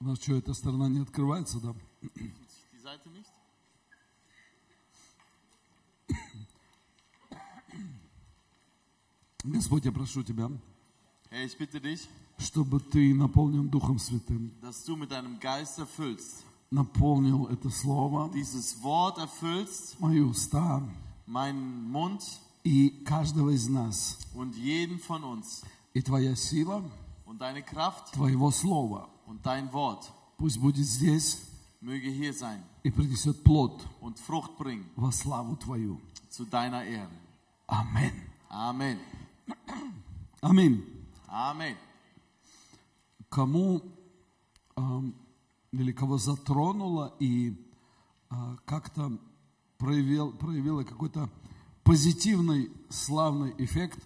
Вот что, эта сторона не открывается, да? Die Seite nicht? Господь, я прошу Тебя, Herr, ich bitte dich, чтобы Ты наполнил Духом Святым, dass du mit deinem Geist erfüllst, наполнил это слово, dieses Wort erfüllst, мои уста meinen Mund и каждого из нас, und jeden von uns и Твоя сила und deine Kraft Твоего Слова. und dein Wort Пусть будет здесь möge hier sein и принесет плод und Frucht bringen во славу Твою. zu deiner Ehre. Аминь. Amen. Аминь. Amen. Кому ам, или кого затронуло и а, как-то проявил, проявило какой-то позитивный, славный эффект,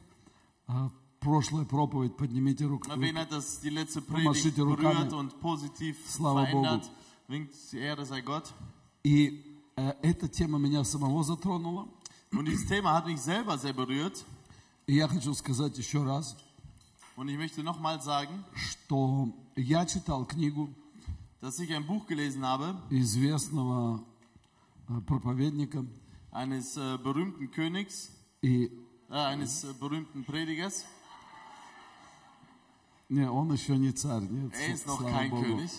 а, прошлая проповедь, поднимите руку. Na, wen hat das die letzte Predigt Maschite Rukane. berührt und positiv Slava verändert? Bogu. Winkt die Ehre sei Gott. И э, эта тема меня самого затронула. Und dieses Thema hat mich selber sehr berührt. И я хочу сказать еще раз, Und ich möchte nochmal sagen, что я читал книгу dass ich ein Buch gelesen habe, известного э, проповедника eines äh, berühmten Königs, и äh, eines äh, berühmten Predigers. не, он еще не царь, нет, Er ist noch слава kein Богу. König.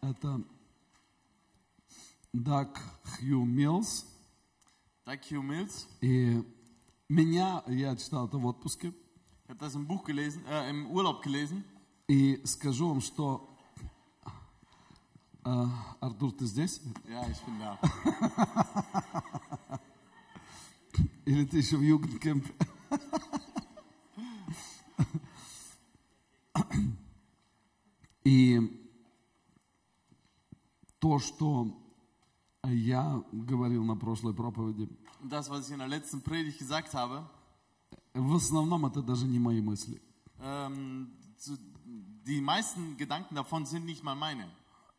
Это Дак Хью Милс. Doug Hugh Mills. И меня, я читал это в отпуске, Ich habe das im Buch gelesen, äh, im Urlaub gelesen. и скажу вам, что... Э, Артур, ты здесь? Ja, ich bin da. Или ты еще в Югенкемпе? И то, что я говорил на прошлой проповеди, Und das, was ich in der letzten Predigt gesagt habe, в основном это даже не мои мысли. ähm, zu, die meisten Gedanken davon sind nicht mal meine.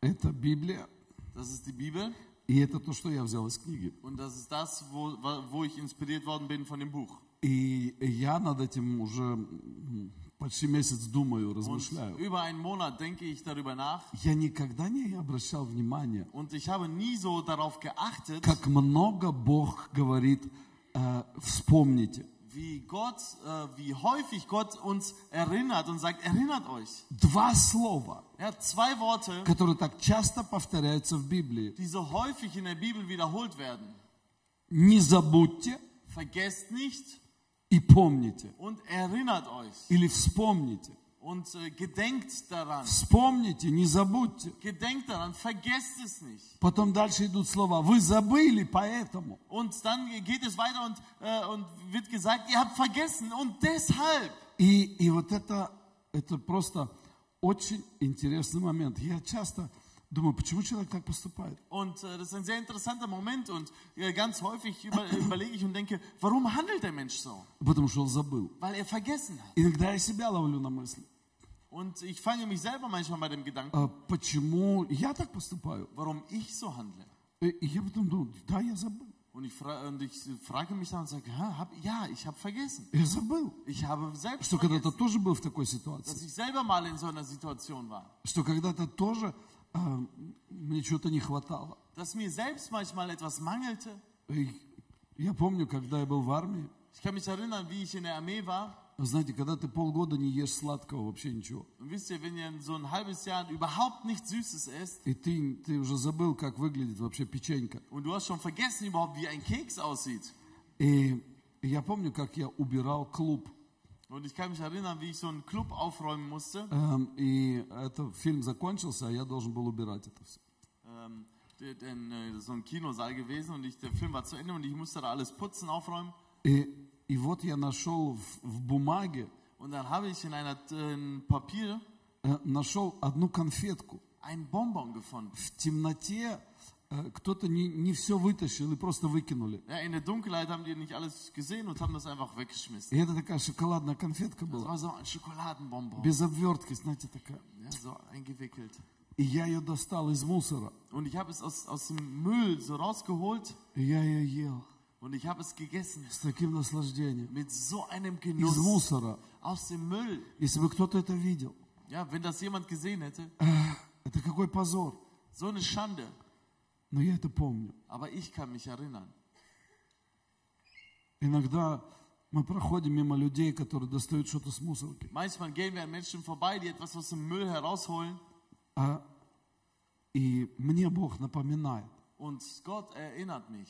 Это Библия, Das ist die Bibel и это то, что я взял из книги. und das ist das, wo, wo ich inspiriert worden bin von dem Buch. И я над этим уже м, почти месяц думаю, Und размышляю. über einen Monat denke ich darüber nach Я никогда не обращал внимания, und ich habe nie so darauf geachtet, как много Бог говорит, э, вспомните. wie Gott, äh, wie häufig Gott uns erinnert und sagt, erinnert euch. Два слова, Er hat zwei Worte, которые так часто повторяются в Библии. die so häufig in der Bibel wiederholt werden. Не забудьте Vergesst nicht и помните. und erinnert euch Или вспомните. und äh, gedenkt daran. Вспомните, не забудьте. Gedenkt daran, vergesst es nicht. Потом дальше идут слова. Вы забыли, поэтому. Und dann geht es weiter und, äh, und wird gesagt, ihr habt vergessen und deshalb. И, и вот это, это просто очень интересный момент. Я часто думаю, почему человек так поступает? Und äh, das ist ein sehr interessanter Moment und äh, ganz häufig über, überlege ich und denke, warum handelt der Mensch so? Потому что он забыл. Weil er vergessen hat. Иногда я себя ловлю на мысли. Und ich fange mich selber manchmal bei dem Gedanken, «А почему я так поступаю? warum ich so handle. И и я потом думаю, да, я забыл. Und ich, fra und ich frage mich dann und sage, "Hä, hab, ja, ich habe vergessen. Я забыл. Ich habe selbst Что когда-то vergessen, тоже был в такой dass ситуации. ich selber mal in so einer Situation war. Что когда-то тоже а, мне чего-то не хватало. Dass mir selbst manchmal etwas mangelte. И я помню, когда я был в армии, Ich kann mich erinnern, wie ich in der Armee war. знаете, когда ты полгода не ешь сладкого, вообще ничего. Und wisst ihr, wenn ihr so ein halbes Jahr überhaupt nichts Süßes esst И ты, ты уже забыл, как выглядит вообще печенька. und du hast schon vergessen überhaupt, wie ein Keks aussieht. И я помню, как я убирал клуб. Und ich kann mich erinnern, wie ich so einen Club aufräumen musste. Эм, И это фильм закончился, а я должен был убирать это все. Ähm, der- denn, äh, das ist so ein Kinosaal gewesen und ich, der Film war zu Ende und ich musste da alles putzen, aufräumen. И, и вот я нашел в, в бумаге, Und dann habe ich in einer äh, in Papier э, нашел одну конфетку. einen Bonbon gefunden. В темноте э, кто-то не, не все вытащил и просто выкинули. Ja, in der Dunkelheit haben die nicht alles gesehen und haben das einfach weggeschmissen. И это такая шоколадная конфетка Das была, war so ein Schokoladenbonbon, без обвертки, знаете, такая. ja, so eingewickelt. И я ее достал из мусора, Und ich habe es aus, aus dem Müll so rausgeholt и я ее ел und ich habe es gegessen. с таким наслаждением. Mit so einem Из Genuss. мусора, Aus dem Müll. если бы кто-то это видел. Ja, wenn das jemand gesehen hätte. Это какой позор. So eine Schande. Но я это помню. Aber ich kann mich erinnern. Иногда мы проходим мимо людей, которые достают что-то с мусорки. Manchmal gehen wir an Menschen vorbei, die etwas aus dem Müll herausholen. А, и мне Бог напоминает, Und Gott erinnert mich,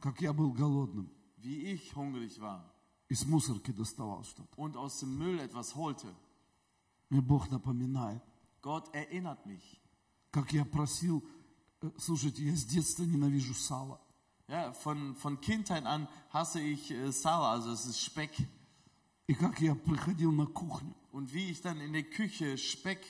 как я был голодным wie ich hungrig war и с мусорки доставал что-то. und aus dem Müll etwas holte. Мне Бог напоминает, Gott erinnert mich. как я просил, э, слушайте, я с детства ненавижу сало. Ja, von, von Kindheit an hasse ich äh, Sauer, also es ist Speck. И как я приходил на кухню Und wie ich dann in der Küche Speck,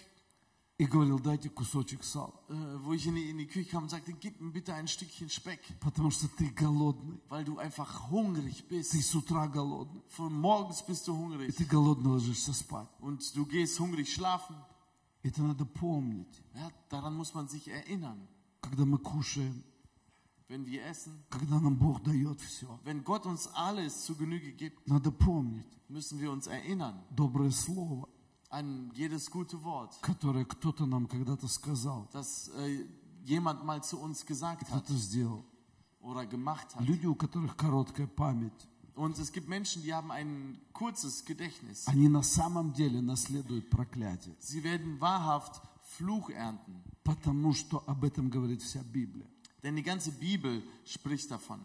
и говорил, дайте кусочек сала, äh, wo ich in die, in die Küche kam und sagte, gib mir bitte ein Stückchen Speck, потому что ты голодный, weil du einfach hungrig ты bist. с утра голодный, Von morgens bist du и hungrig ты голодно ложишься спать. und du gehst hungrig schlafen. Это надо помнить, Ja, daran muss man sich erinnern, когда мы кушаем, wenn wir essen. когда нам Бог дает все. Wenn Gott uns alles zu Genüge gibt, Надо помнить müssen wir uns erinnern доброе слово, an jedes gute Wort, которое кто-то нам когда-то сказал, das äh, jemand mal zu uns gesagt hat кто-то сделал. oder gemacht hat. Люди, у которых короткая память, Und es gibt Menschen, die haben ein kurzes Gedächtnis. они на самом деле наследуют проклятие, Sie werden wahrhaft Fluch ernten, потому что об этом говорит вся Библия. denn die ganze Bibel spricht davon.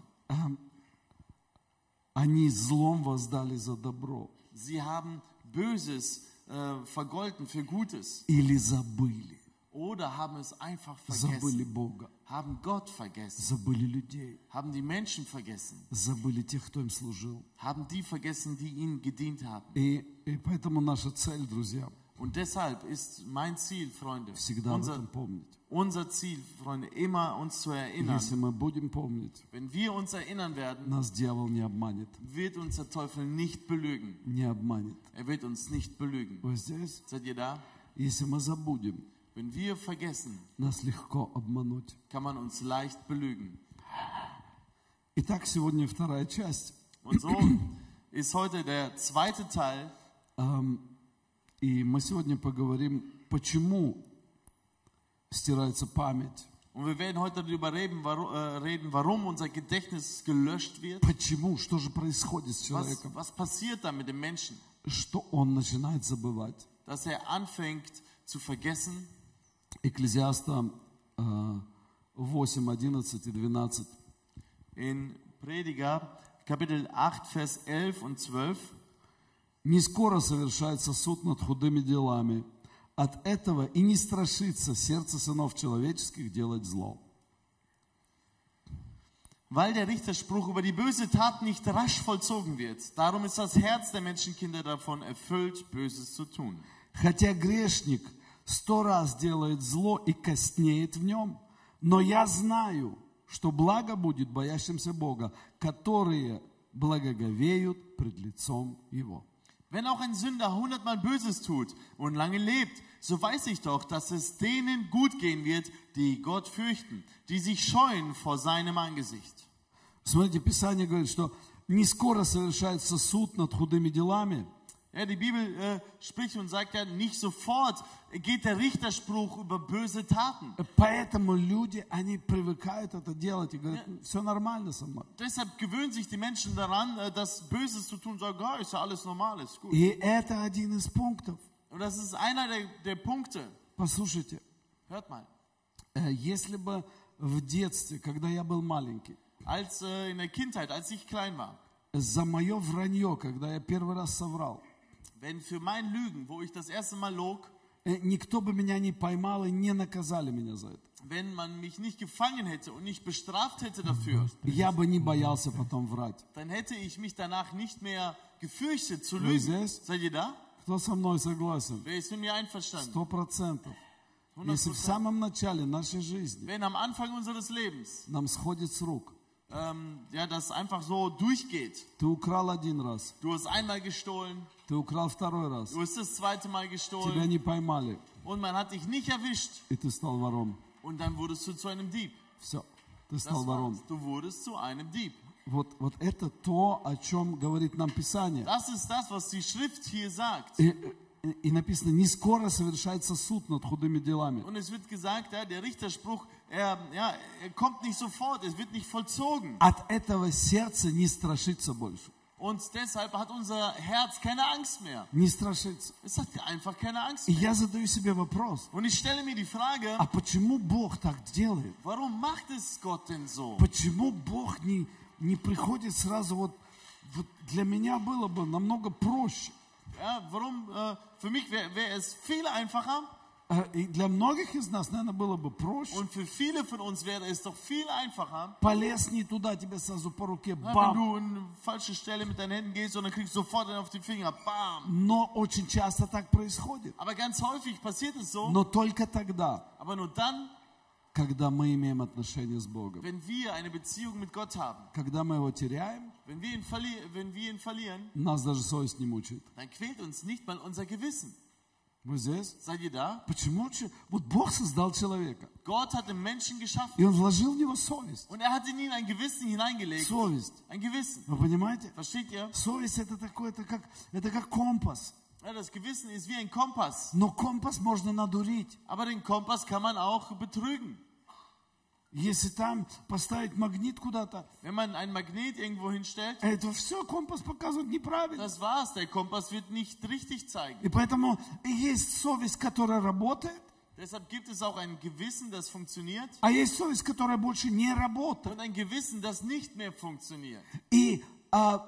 Они злом воздали за добро Sie haben Böses äh, vergolten für Gutes или забыли, oder haben es einfach забыли vergessen, Бога, haben Gott vergessen, забыли людей, haben die Menschen vergessen, забыли тех, кто им служил. haben die vergessen, die ihnen gedient haben. И, и поэтому наша цель, друзья, Und deshalb ist mein Ziel, Freunde, всегда об этом unser, помнить. unser Ziel, Freunde, immer uns zu erinnern. Если мы будем помнить, Wenn wir uns erinnern werden, нас дьявол не обманет, wird uns der Teufel nicht belügen. не обманет. Er wird uns nicht belügen. Вы здесь? Seid ihr da? Если мы забудем, Wenn wir vergessen, нас легко обмануть. kann man uns leicht belügen. Итак, сегодня вторая часть. Und so ist heute der zweite Teil. Ам, И мы сегодня поговорим, почему стирается память, Und wir werden heute darüber reden, warum, äh, reden, warum unser Gedächtnis gelöscht wird. почему, что же происходит с Was, человеком, was passiert da mit dem Menschen? что он начинает забывать. Dass er anfängt zu vergessen. Экклезиаста а, 8, 11 и 12. In Prediger Kapitel 8, Vers 11 und 12. «Не скоро совершается суд над худыми делами. От этого и не страшится сердце сынов человеческих делать зло». Weil der Richterspruch über die böse Tat nicht rasch vollzogen wird, darum ist das Herz der Menschenkinder davon erfüllt, Böses zu tun. Хотя грешник сто раз делает зло и коснеет в нем, но я знаю, что благо будет боящимся Бога, которые благоговеют пред лицом Его. Wenn auch ein Sünder hundertmal Böses tut und lange lebt, so weiß ich doch, dass es denen gut gehen wird, die Gott fürchten, die sich scheuen vor seinem Angesicht. Смотрите, Писание говорит, что не скоро совершается суд над худыми делами, Ja, die Bibel äh, spricht und sagt ja, nicht sofort geht der Richterspruch über böse Taten. поэтому люди, они привыкают это делать и говорят, все нормально со мной. Deshalb gewöhnen sich die Menschen daran, äh, dass Böses zu tun, sagen, ja, ist ja alles normal, ist gut. И это один из пунктов. Und das ist einer der, der Punkte. Послушайте, Hört mal. э, если бы в детстве, когда я был маленький, Als äh, in der Kindheit, als ich klein war, за мое вранье, когда я первый раз соврал. wenn für mein Lügen, wo ich das erste Mal log, Э, Никто бы меня не поймал и не наказали меня за это. wenn man mich nicht gefangen hätte und nicht bestraft hätte dafür, Я бы не боялся потом врать. dann hätte ich mich danach nicht mehr gefürchtet zu Вы lügen. здесь? Seid ihr da? Кто со мной согласен? Wer ist mit mir einverstanden? Сто процентов. 100%. Если в самом начале нашей жизни Wenn am Anfang unseres Lebens нам сходит с рук, ähm, ja, das einfach so durchgeht, ты украл один раз, du hast einmal gestohlen, ты украл второй раз, du hast das zweite Mal тебя gestohlen не поймали, und man hat dich nicht erwischt и ты стал вором. und dann wurdest du zu einem Dieb. Все, ты Das стал вором. war's. Du wurdest zu einem Dieb. Вот, вот это то, о чем говорит нам Писание. Das ist das, was die Schrift hier sagt. И, э, э, и написано, не скоро совершается суд над худыми делами. Und es wird gesagt, ja, der Richterspruch, er, ja, er kommt nicht sofort, es wird nicht vollzogen. От этого сердце не страшится больше. Und deshalb hat unser Herz keine Angst mehr. Не страшится. Es hat einfach keine Angst И mehr. я задаю себе вопрос, Und ich stelle mir die Frage, а почему Бог так делает? warum macht es Gott denn so? Почему Бог не, не приходит сразу вот, вот для меня было бы намного проще. Ja, warum, äh, für mich wäre wär es viel einfacher Э, И для многих из нас, наверное, было бы проще. und für viele von uns wäre es doch viel einfacher, Полез не туда, тебе сразу по руке, ja, wenn бам. du in eine falsche Stelle mit deinen Händen gehst und dann kriegst du sofort einen auf die Finger, bam. Но очень часто так происходит. Aber ganz häufig passiert es so, Но только тогда, aber nur dann, когда мы имеем отношения с Богом. wenn wir eine Beziehung mit Gott haben. Когда мы его теряем, Wenn wir ihn, verli wenn wir ihn verlieren, нас даже совесть не мучает. dann quält uns nicht mal unser Gewissen. Вы здесь? Seid ihr da? Почему? че- Вот Бог создал человека. Gott hat den Menschen geschaffen И он вложил в него совесть. und er hat in ihn ein Gewissen hineingelegt. Совесть. Ein Gewissen. Вы понимаете? Versteht ihr? Совесть это такое, это как, это как компас. Ja, das Gewissen ist wie ein Kompass. Но компас можно надурить. Aber den Kompass kann man auch betrügen. Если там поставить магнит куда-то, а Wenn man einen Magnet irgendwo hinstellt, это все компас показывает неправильно. das war's. Der Kompass wird nicht richtig zeigen. И поэтому и есть совесть, которая работает, Deshalb gibt es auch ein Gewissen, das funktioniert а есть совесть, которая больше не работает. und ein Gewissen, das nicht mehr funktioniert. И а,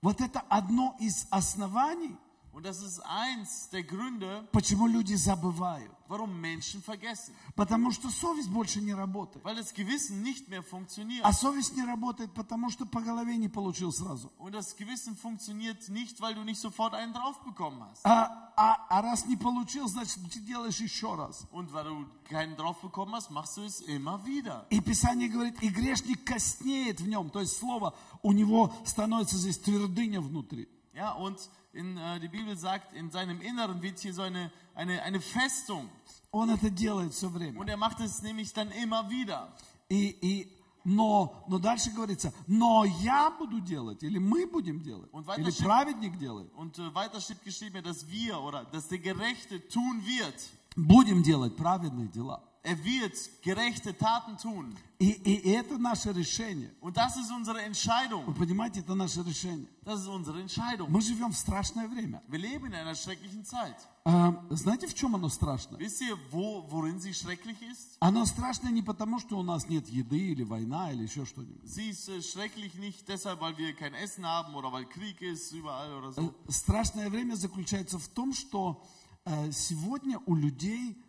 вот это одно из оснований, Und das ist eins der Gründe, почему люди забывают. warum Menschen vergessen. Потому что совесть больше не работает. Weil das Gewissen nicht mehr funktioniert. А совесть не работает, потому что по голове не получил сразу. Und das Gewissen funktioniert nicht, weil du nicht sofort einen drauf bekommen hast. А, а- а раз не получил, значит, ты делаешь еще раз. Und weil du keinen drauf bekommen hast, machst du es immer wieder. И Писание говорит, и грешник коснеет в нем. То есть слово, у него становится здесь твердыня внутри. Ja, und in, äh, die Bibel sagt, in seinem Inneren wird hier so eine, eine, eine Festung. Он это делает все время. Und er macht es nämlich dann immer wieder. И, и, но, но дальше говорится, но я буду делать, или мы будем делать, Он в этом или же- праведник делает. Und äh, weiter steht geschrieben, dass wir oder dass der Gerechte tun wird. Будем делать праведные дела. Er wird gerechte Taten tun. И, и это наше решение. Und das ist unsere Вы Entscheidung. понимаете, это наше решение. Das ist unsere Entscheidung. Мы живем в страшное время. Wir leben in einer schrecklichen Zeit. А, знаете, в чем оно страшно? Wisst ihr, wo, worin sie schrecklich ist? Оно страшно не потому, что у нас нет еды или война или еще что-нибудь. Sie ist äh, schrecklich nicht deshalb, weil wir kein Essen haben oder weil Krieg ist überall oder so. Э, Страшное время заключается в том, что э, сегодня у людей,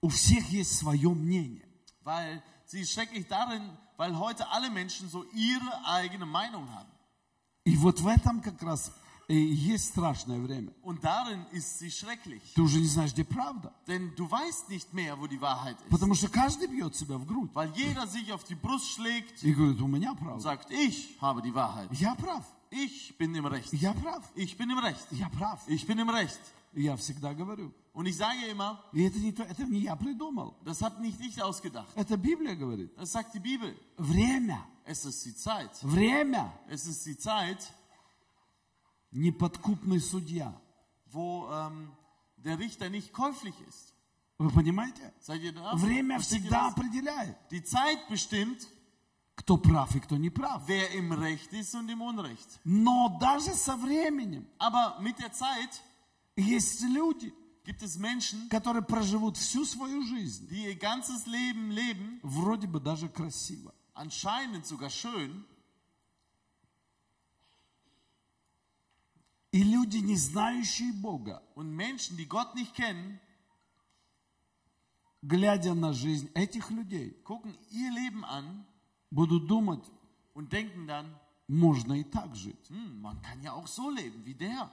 у всех есть свое мнение. Weil sie ist schrecklich darin, weil heute alle Menschen so ihre eigene Meinung haben. И вот в этом как раз и есть страшное время. Und darin ist sie schrecklich. Ты уже не знаешь, где правда. Denn du weißt nicht mehr, wo die Wahrheit ist. Потому что каждый бьет себя в грудь Weil jeder sich auf die Brust schlägt и говорит, у меня und правда. sagt, ich habe die Wahrheit. Я прав, Ich bin im Recht. я прав, Ich bin im Recht. я прав. Ich bin im Recht. И Я всегда говорю. Und ich sage immer, И это не, то- это не я придумал. das hat nicht ich ausgedacht. Это Библия говорит. Das sagt die Bibel. Время, Es ist die Zeit. время, Es ist die Zeit, неподкупный судья. wo ähm, der Richter nicht käuflich ist. Вы понимаете? Seid ihr da? Время Versteht ihr всегда das? определяет, Die Zeit bestimmt, кто прав и кто не прав. wer im Recht ist und im Unrecht. Но даже со временем Aber mit der Zeit есть люди, gibt es Menschen, которые проживут всю свою жизнь, die ihr ganzes Leben leben, вроде бы даже красиво, anscheinend sogar schön, и люди, не знающие Бога, und Menschen, die Gott nicht kennen, глядя на жизнь этих людей, gucken ihr Leben an будут думать, und denken dann, можно и так жить. hm, man kann ja auch so leben wie der.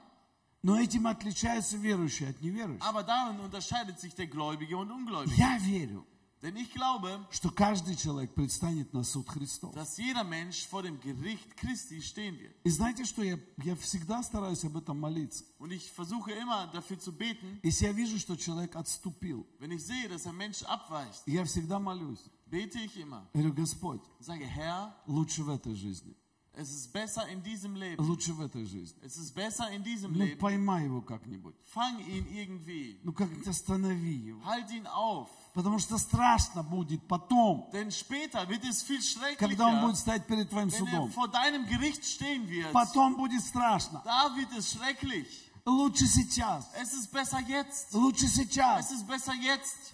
Но этим отличаются верующие от неверующих. Aber darin unterscheidet sich der Gläubige und Ungläubige. Я верю, Denn ich glaube, что каждый человек предстанет на суд Христов. dass jeder Mensch vor dem Gericht Christi stehen wird. И знаете, что я, я всегда стараюсь об этом молиться. Und ich versuche immer dafür zu beten, Если я вижу, что человек отступил, wenn ich sehe, dass ein Mensch abweicht, я всегда молюсь. bete ich immer. Я говорю, Господь, Sage, Herr, лучше в этой жизни. Es ist besser in diesem Leben. Лучше в этой жизни. Es ist besser in diesem Ну, Leben. поймай его как-нибудь. Fang ihn irgendwie. Ну, как-нибудь останови его. Halt ihn auf. Потому что страшно будет потом, Denn später wird es viel когда он schrecklicher, будет стоять перед твоим wenn er судом. vor deinem Gericht stehen wird. Потом будет страшно. Da wird es schrecklich. Лучше сейчас. Es ist besser jetzt. Лучше Es сейчас. ist besser jetzt.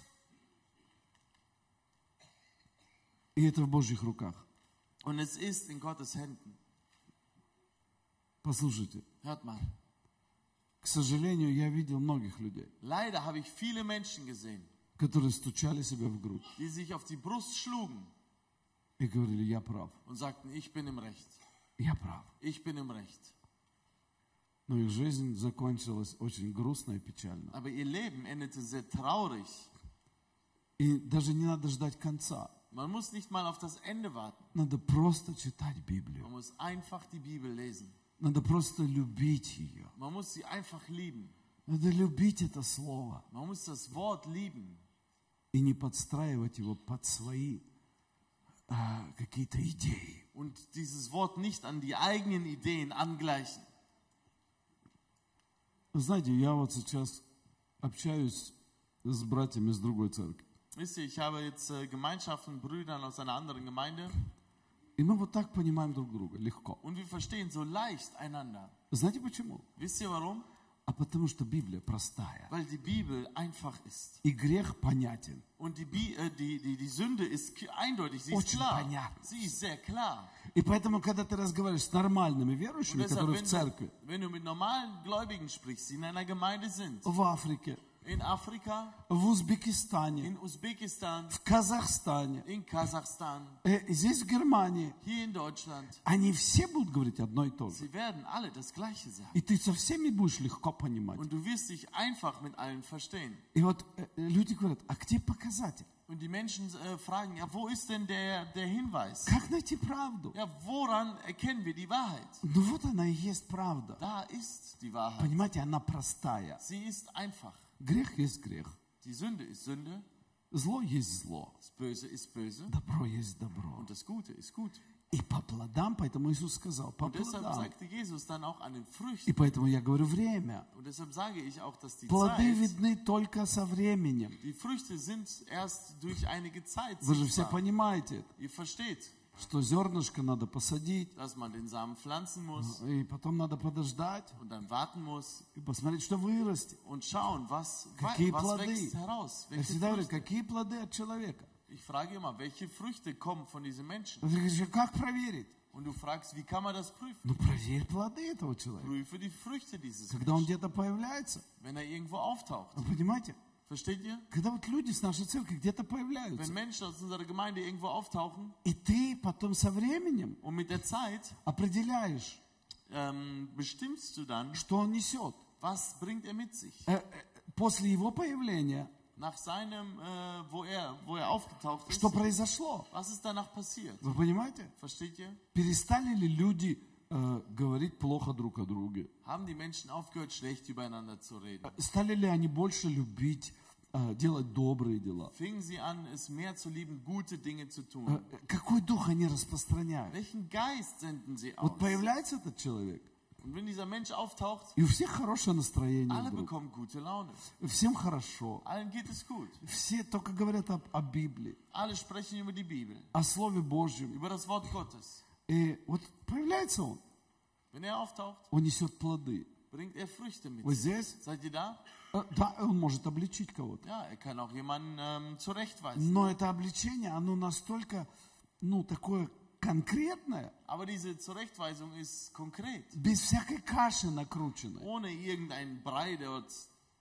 И это в Божьих руках. Und es ist in Gottes Händen. Послушайте, Hört mal. к сожалению, я видел многих людей, Leider habe ich viele Menschen gesehen, которые стучали себя в грудь die sich auf die Brust schlugen и говорили, я прав, und sagten, ich bin im Recht. я прав. Ich bin im Recht. Но их жизнь закончилась очень грустно и печально. Aber ihr Leben endete sehr traurig. И даже не надо ждать конца. Man muss nicht mal auf das Ende warten. Надо просто читать Библию. Man muss einfach die Bibel lesen. Надо просто любить ее. Man muss sie einfach lieben. Надо любить это слово Man muss das Wort lieben и не подстраивать его под свои а, какие-то идеи. und dieses Wort nicht an die eigenen Ideen angleichen. Вы знаете, я вот сейчас общаюсь с братьями из другой церкви. Wisst ihr, ich habe jetzt äh, Gemeinschaften, Brüdern aus einer anderen Gemeinde И мы вот так понимаем друг друга легко. und wir verstehen so leicht einander. Знаете почему? Wisst ihr warum? А потому что Библия простая. Weil die Bibel einfach ist. И грех понятен. Und die, Bi äh, die, die, die Sünde ist k- eindeutig, sie ist Очень klar. понятно. Sie ist sehr klar. И поэтому, когда ты разговариваешь с нормальными верующими, Deshalb, которые в wenn, церкви, du, wenn du mit normalen Gläubigen sprichst, die in einer Gemeinde sind, в Африке, in Afrika, в Узбекистане, in Usbekistan, в Казахстане, in Kasachstan, э, здесь, в Германии, hier in Deutschland, они все будут говорить одно и то же. sie werden alle das Gleiche sagen. И ты со всеми будешь легко понимать. Und du wirst dich einfach mit allen verstehen. И вот э, люди говорят, а где показатель? Und die Menschen äh, fragen, ja, wo ist denn der, der Hinweis? Как найти правду? Ja, woran erkennen wir die Wahrheit? Ну вот она и есть правда. Da ist die Wahrheit. Понимаете, она простая. Sie ist einfach. Грех есть грех. Die Sünde ist Sünde, Зло есть зло. das Böse ist böse Добро есть добро. und das Gute ist gut. И по плодам, поэтому Иисус сказал, по Und deshalb плодам. sagte Jesus dann auch an den И Früchten. поэтому я говорю время. Und deshalb sage ich auch, dass die Плоды Zeit, видны только со временем. die Früchte sind erst durch einige Zeit Вы же все sichtbar. понимаете, Ihr versteht, что зернышко надо посадить, dass man den Samen pflanzen muss и потом надо подождать und dann warten muss и посмотреть, что вырастет. und schauen, was, Какие was плоды? wächst heraus. Я Welche всегда говорю, Früchte. какие плоды от человека? Ich frage immer, welche Früchte kommen von diesem Menschen? Ты говоришь, «А как проверить? Und du fragst, wie kann man das prüfen? Ну, проверь плоды этого человека. Prüfe die Früchte dieses Когда он Menschen, где-то появляется, wenn er irgendwo auftaucht. вы понимаете? Versteht ihr? Когда вот люди с нашей церкви где-то Wenn появляются, Menschen aus unserer Gemeinde irgendwo auftauchen и ты потом со временем und mit der Zeit определяешь, ähm, bestimmst du dann, что он несет. was bringt er mit sich. Э, э, После его появления, Nach seinem, äh, wo, er, wo er aufgetaucht ist, что произошло? was ist danach passiert? Вы понимаете? Versteht ihr? Перестали ли люди э, говорить плохо друг о друге? Haben die Menschen aufgehört, schlecht übereinander zu reden? Стали ли они больше любить, э, делать добрые дела? Fingen sie an, es mehr zu lieben, gute Dinge zu Э, tun? какой дух они распространяют? Welchen Geist senden sie aus? Вот появляется этот человек, Und wenn dieser Mensch auftaucht, и у всех хорошее настроение alle вдруг. bekommen gute Laune. Всем хорошо. Allen geht es gut. Все только говорят об- о Библии, Alle sprechen über die Bibel, о Слове Божьем. über das Wort Gottes. И вот появляется он, Wenn er auftaucht, он несет плоды. bringt er Früchte mit. Вот здесь, Seid ihr da? э, да, он может обличить кого-то. Ja, er kann auch jemanden ähm, zurechtweisen. Но это обличение, оно настолько, ну, такое конкретное, Aber diese Zurechtweisung ist konkret. без всякой каши накрученной. Ohne irgendeinen Brei dort.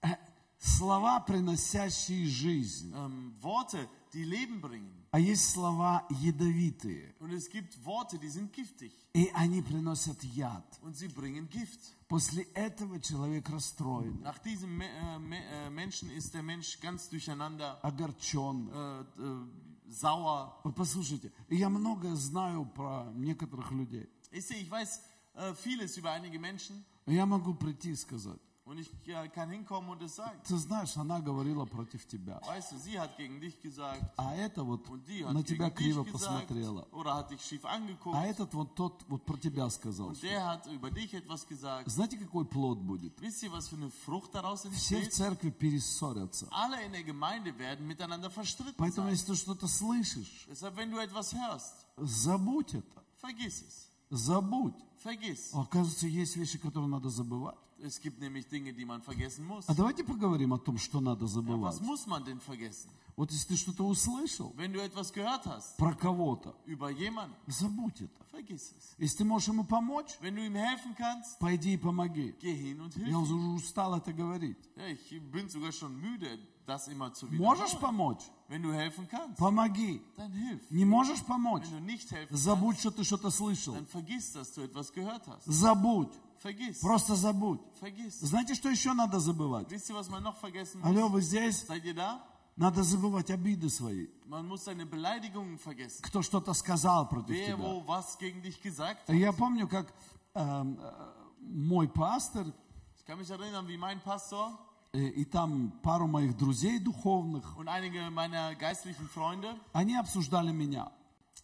Э, Слова, приносящие жизнь. Ähm, Worte, die Leben bringen. А есть слова ядовитые. Und es gibt Worte, die sind giftig. И они приносят яд. Und sie bringen Gift. После этого человек расстроен, Nach diesem Me äh, Me äh, Menschen ist der Mensch ganz durcheinander, огорчен. äh, äh, sauer. Вот послушайте, я многое знаю про некоторых людей. Ich sehe, ich weiß äh, vieles über einige Menschen. Я могу прийти и сказать, Und ich äh, kann hinkommen und es sagen. Ты знаешь, она говорила против тебя. Weißt du, sie hat gegen dich gesagt А это вот und die hat на тебя gegen криво dich gesagt посмотрела. oder hat dich schief angeguckt. А этот вот тот вот про тебя сказал. Und der hat über dich etwas gesagt. Знаете, какой плод будет? Wisst ihr, was für eine Frucht daraus Все в entsteht? церкви перессорятся. Alle in der Gemeinde werden miteinander verstritten Поэтому, sein. если ты что-то слышишь, Deshalb, wenn du etwas hörst, забудь это. vergiss es. Забудь. Oh. А Vergiss. Оказывается, есть вещи, которые надо забывать. Es gibt nämlich Dinge, die man vergessen muss. А давайте поговорим о том, что надо Ja, was забывать. muss man denn vergessen? Вот если ты что-то услышал Wenn du etwas gehört hast про кого-то, über jemanden, забудь это. vergiss es. Если ты можешь ему помочь, Wenn du ihm helfen kannst, пойди и помоги. geh hin und hilf. Я ihm. уже устал это говорить. Ja, ich bin sogar schon müde, das immer zu Можешь wiederholen. помочь? Wenn du helfen kannst, Помоги. dann hilf. Не можешь помочь? Wenn du nicht helfen kannst, Забудь, что ты что-то слышал. dann vergiss, dass du etwas gehört hast. Забудь. Vergiss. Просто забудь. Vergiss. Знаете, что еще надо забывать? Wisst ihr, was man noch vergessen Алло, muss? вы здесь? Seid ihr da? Надо забывать обиды свои. Man muss seine Beleidigungen vergessen. Кто что-то сказал против Wer тебя. wo was gegen dich gesagt hat. Я помню, как эм, э, мой пастор, Ich kann mich erinnern, wie mein Pastor э, и там пару моих друзей духовных, und einige meiner geistlichen Freunde, они обсуждали меня.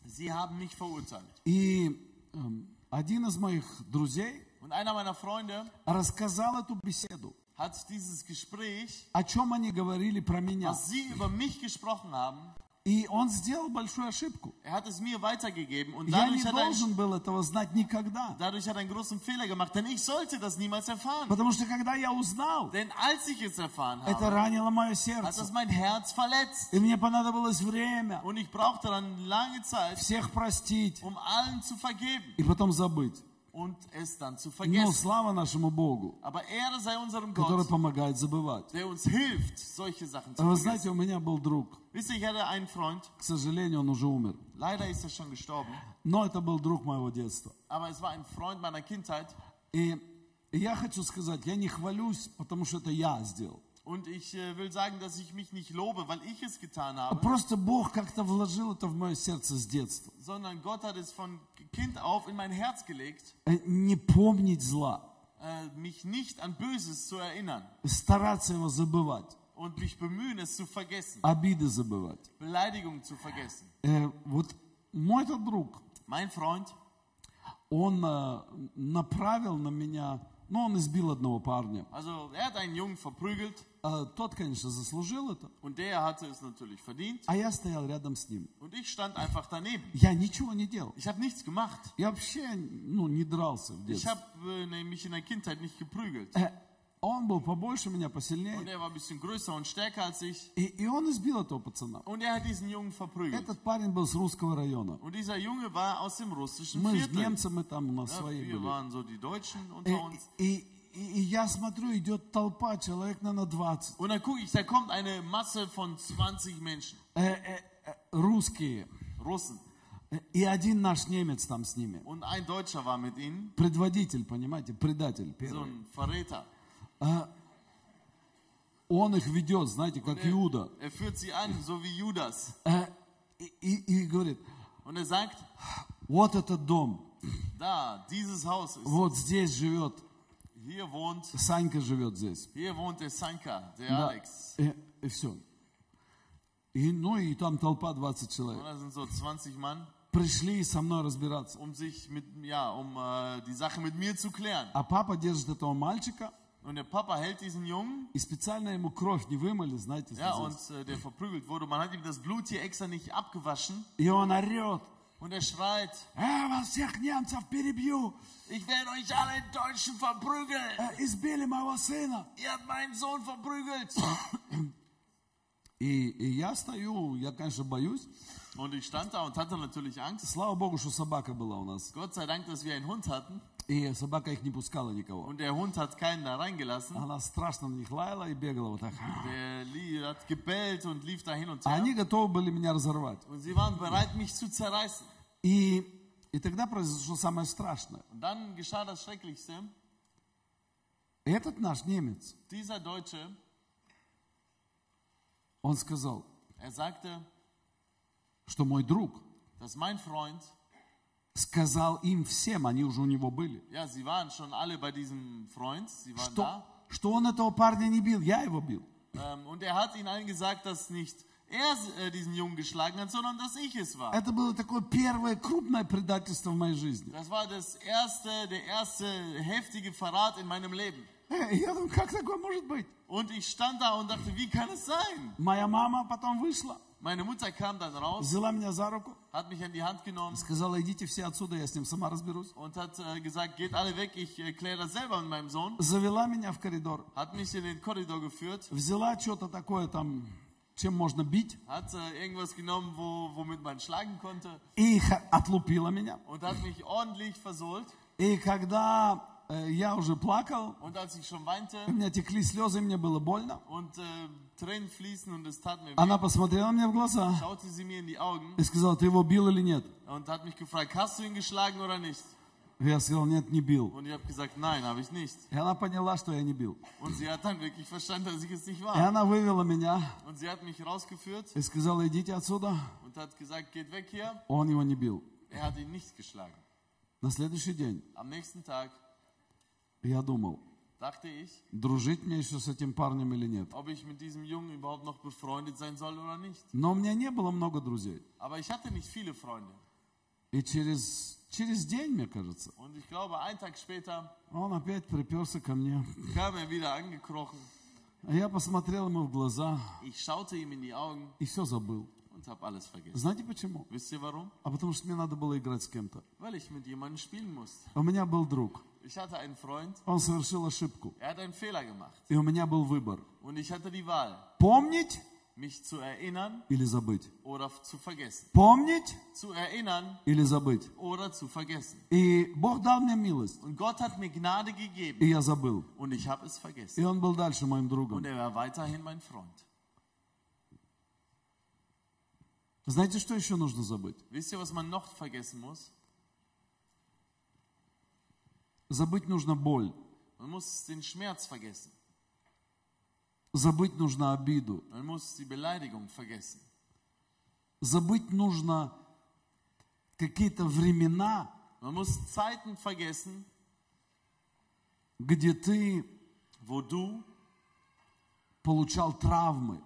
sie haben mich verurteilt. И эм, один из моих друзей Und einer meiner Freunde рассказал эту беседу, hat dieses Gespräch, о чем они говорили про меня. was sie über mich gesprochen haben, И он сделал большую ошибку. er hat es mir weitergegeben und Я не dadurch hat, er, должен был этого знать никогда. dadurch hat er einen großen Fehler gemacht, denn ich sollte das niemals erfahren. Потому что когда я узнал, Denn als ich es erfahren это habe, ранило мое hat das сердце. mein Herz verletzt. И мне понадобилось время Und ich brauchte dann lange Zeit, всех простить um allen zu vergeben и потом забыть. und es dann zu Но vergessen. слава нашему Богу, Aber Ehre sei unserem который Gott, помогает забывать. der uns hilft, solche Sachen zu Вы vergessen. знаете, у меня был друг, Wisst ihr, ich hatte einen Freund, к сожалению, он уже умер. leider ist er schon gestorben, Но это был друг моего детства. aber es war ein Freund meiner Kindheit И я хочу сказать, я не хвалюсь, потому что это я сделал. und ich äh, will sagen, dass ich mich nicht lobe, weil ich es getan А habe, Просто Бог как-то вложил это в мое сердце с детства. sondern Gott hat es von Kind auf in mein Herz gelegt, Э, Не помнить зла, äh, mich nicht an Böses zu erinnern стараться его забывать, und mich bemühen, es zu vergessen, обиды забывать. Beleidigungen zu vergessen. Э, Вот мой этот друг, Mein Freund, он э, направил на меня, ну, он избил одного парня. also er hat einen Jungen verprügelt Э, Тот, конечно, заслужил это, und der hatte es natürlich verdient а я стоял рядом с ним. und ich stand einfach daneben. Я ничего не делал. Ich habe nichts gemacht. Я вообще, ну, не дрался в Ich детстве. habe äh, nämlich in der Kindheit nicht geprügelt. Э, Он был побольше меня, Und посильнее. er war ein bisschen größer und stärker als ich. И, и он избил этого пацана. Und er hat diesen Jungen verprügelt. Этот парень был с русского района. Und dieser Junge war aus dem russischen Мы с Viertel. немцами там у нас Ja, свои wir были. waren so die Deutschen И, unter uns. и- и- и я смотрю, идет толпа, человек, наверное, 20. Und dann gucke ich, da kommt eine Masse von 20 Menschen, Э, э, э, русские. Russen. Э, И один наш немец там с ними. Und ein Deutscher war mit ihnen, Предводитель, понимаете, предатель so первый. ein Verräter. Он их ведет, знаете, как Иуда. Er führt sie an, so wie Judas. Э, и, и- и говорит, Und er sagt, вот этот дом, da, dieses Haus ist, вот здесь живет, hier wohnt, Санька живет здесь. hier wohnt der Sanka, der Да. Alex. И, все. И, ну и там толпа 20 Und человек. da sind so 20 Mann, Пришли и со мной разбираться. um sich mit, ja, um äh, die Sache mit mir zu klären. А папа держит этого мальчика, Und der Papa hält diesen Jungen и специально ему кровь не вымыли, знаете. Ja, здесь. und äh, der verprügelt wurde. Man hat ihm das Blut hier extra nicht abgewaschen. И он орет. Und er schreit, «Э, вас всех немцев перебью! ich werde euch alle Deutschen verprügeln. Э, избили моего сына!» Ihr habt meinen Sohn verprügelt. И, и я стою, я, конечно, боюсь. Und ich stand da und hatte natürlich Angst. Слава Богу, что собака была у нас. Gott sei Dank, dass wir einen Hund hatten. И собака их не пускала никого. Und der Hund hat keinen da reingelassen. Она страшно на них лаяла и бегала вот так. А Der Lee hat gebellt und lief da hin und her. Они готовы были меня разорвать. Und sie waren bereit, mich zu zerreißen. И, и тогда произошло самое страшное. Und dann geschah das Schrecklichste. Этот наш немец, Dieser Deutsche, он сказал, er sagte, что мой друг dass mein Freund, сказал им всем, они уже у него были, ja, sie waren schon alle bei diesem Freund, sie waren что, da, что он этого парня не бил, я его бил. Ähm, und er hat ihnen allen gesagt, dass nicht er äh, diesen Jungen geschlagen hat, sondern dass ich es war. Это было такое первое крупное предательство в моей жизни. Das war das erste, der erste heftige Verrat in meinem Leben. Э, Я думаю, как такое может быть? Und ich stand da und dachte, wie kann es sein? Моя мама потом вышла, Meine Mutter kam dann raus, взяла меня за руку, hat mich an die Hand genommen сказала, идите все отсюда, я с ним сама разберусь. und hat äh, gesagt, geht alle weg, ich äh, kläre das selber mit meinem Sohn. Завела меня в коридор, Hat mich in den Korridor geführt, взяла что-то такое там, чем можно бить, hat äh, irgendwas genommen, wo, womit man schlagen konnte и х- отлупила меня. und hat mich ordentlich versohlt. И когда э, я уже плакал, Und als ich schon weinte у меня текли слезы, мне было больно. und äh, Tränen fließen und es tat mir weh, Она посмотрела мне в глаза schaute sie mir in die Augen и сказала, ты его бил или нет? und hat mich gefragt, hast du ihn geschlagen oder nicht? Я сказал, нет, не бил. Und ich habe gesagt, nein, habe ich nicht. И она поняла, что я не бил. Und sie hat dann wirklich verstanden, dass ich es nicht И war. она вывела меня Und sie hat mich rausgeführt и сказала, идите отсюда. und hat gesagt, geht weg hier. Он его не бил. Er hat ihn nicht geschlagen. На следующий день Am nächsten Tag я думал, dachte ich, дружить мне еще с этим парнем или нет. ob ich mit diesem Jungen überhaupt noch befreundet sein soll oder nicht. Но у меня не было много друзей. Aber ich hatte nicht viele Freunde. И через, через день, мне кажется, Und ich glaube, einen Tag später он опять приперся ко мне. kam er wieder angekrochen. А я посмотрел ему в глаза Ich schaute ihm in die Augen и все забыл. und habe alles vergessen. Знаете почему? Wisst ihr warum? А потому что мне надо было играть с кем-то. Weil ich mit jemandem spielen musste. У меня был друг. Ich hatte einen Freund, Он совершил ошибку. er hat einen Fehler gemacht. И у меня был выбор. Und ich hatte die Wahl, Помнить mich zu erinnern или забыть. oder zu vergessen. Помнить Zu erinnern или забыть. oder zu vergessen. И Бог дал мне милость. Und Gott hat mir Gnade gegeben И я забыл. und ich habe es И vergessen. он был дальше моим Und другом. er war weiterhin mein Freund. Знаете, что еще нужно забыть? Wisst ihr, was man noch vergessen muss? Забыть нужно боль. Man muss den Schmerz vergessen. Забыть нужно обиду. Man muss die Beleidigung vergessen. Забыть нужно какие-то времена, Man muss Zeiten vergessen, где ты wo du получал травмы.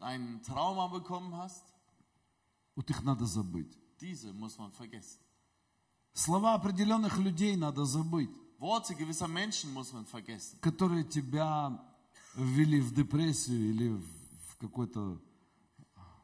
ein Trauma bekommen hast. Вот их надо забыть. Diese muss man vergessen. Слова определенных людей надо забыть, Worte gewisser Menschen muss man vergessen, которые тебя ввели в депрессию или в в какое-то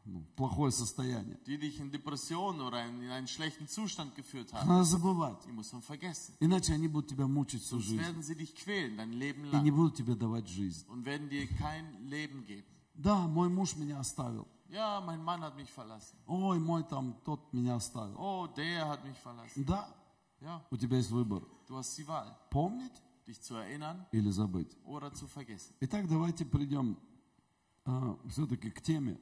ну, плохое состояние. die dich in Depressionen oder in, in einen schlechten Zustand geführt haben. Надо забывать. Die muss man vergessen. Иначе они будут тебя мучить всю Sonst жизнь werden sie dich quälen dein Leben и не lang будут тебе давать жизнь. und werden dir kein Leben geben. Да, мой муж меня оставил. Ja, mein Mann hat mich verlassen. Ой, мой там тот меня оставил. Oh, der hat mich verlassen. Да, Ja, у тебя есть выбор. du hast die Wahl, Помнить dich zu erinnern или забыть. oder zu vergessen. Итак, давайте придем все-таки к теме.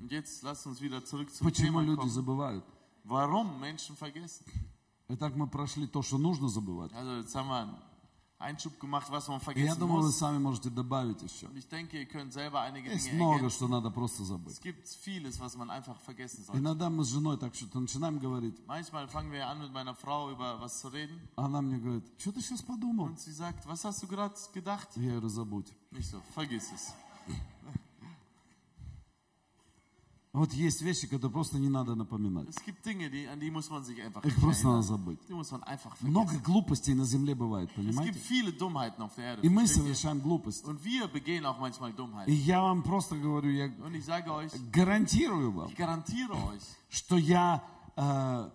Und jetzt lasst uns wieder zurück zum Почему Thema люди kommen. забывают? Warum Menschen vergessen? Итак, мы прошли то, что нужно забывать. Also jetzt haben wir einen Einschub gemacht, was man И я vergessen думаю, вы muss. сами можете добавить еще. Und ich denke, ihr könnt selber einige Есть Dinge ergänzen. много, что надо просто забыть. Es gibt vieles, was man einfach vergessen sollte. Иногда мы с женой так что-то начинаем говорить. Manchmal fangen wir an, mit meiner Frau über was zu reden. а Она мне говорит, что ты сейчас подумал? Und sie sagt, was hast du gerade gedacht? Я говорю, забудь. Nicht so, vergiss es. А Вот есть вещи, которые просто не надо напоминать. Es gibt Dinge, die, an die muss man sich einfach Их nicht просто надо erinnern. забыть. Die muss man einfach Много vergessen. глупостей на земле бывает, Es gibt понимаете? viele Dummheiten auf der Erde. И мы versteht ihr? совершаем глупости. Und wir begehen auch manchmal И Dummheiten. я вам просто говорю, я Und ich sage euch, гарантирую вам, ich garantiere euch, что я э,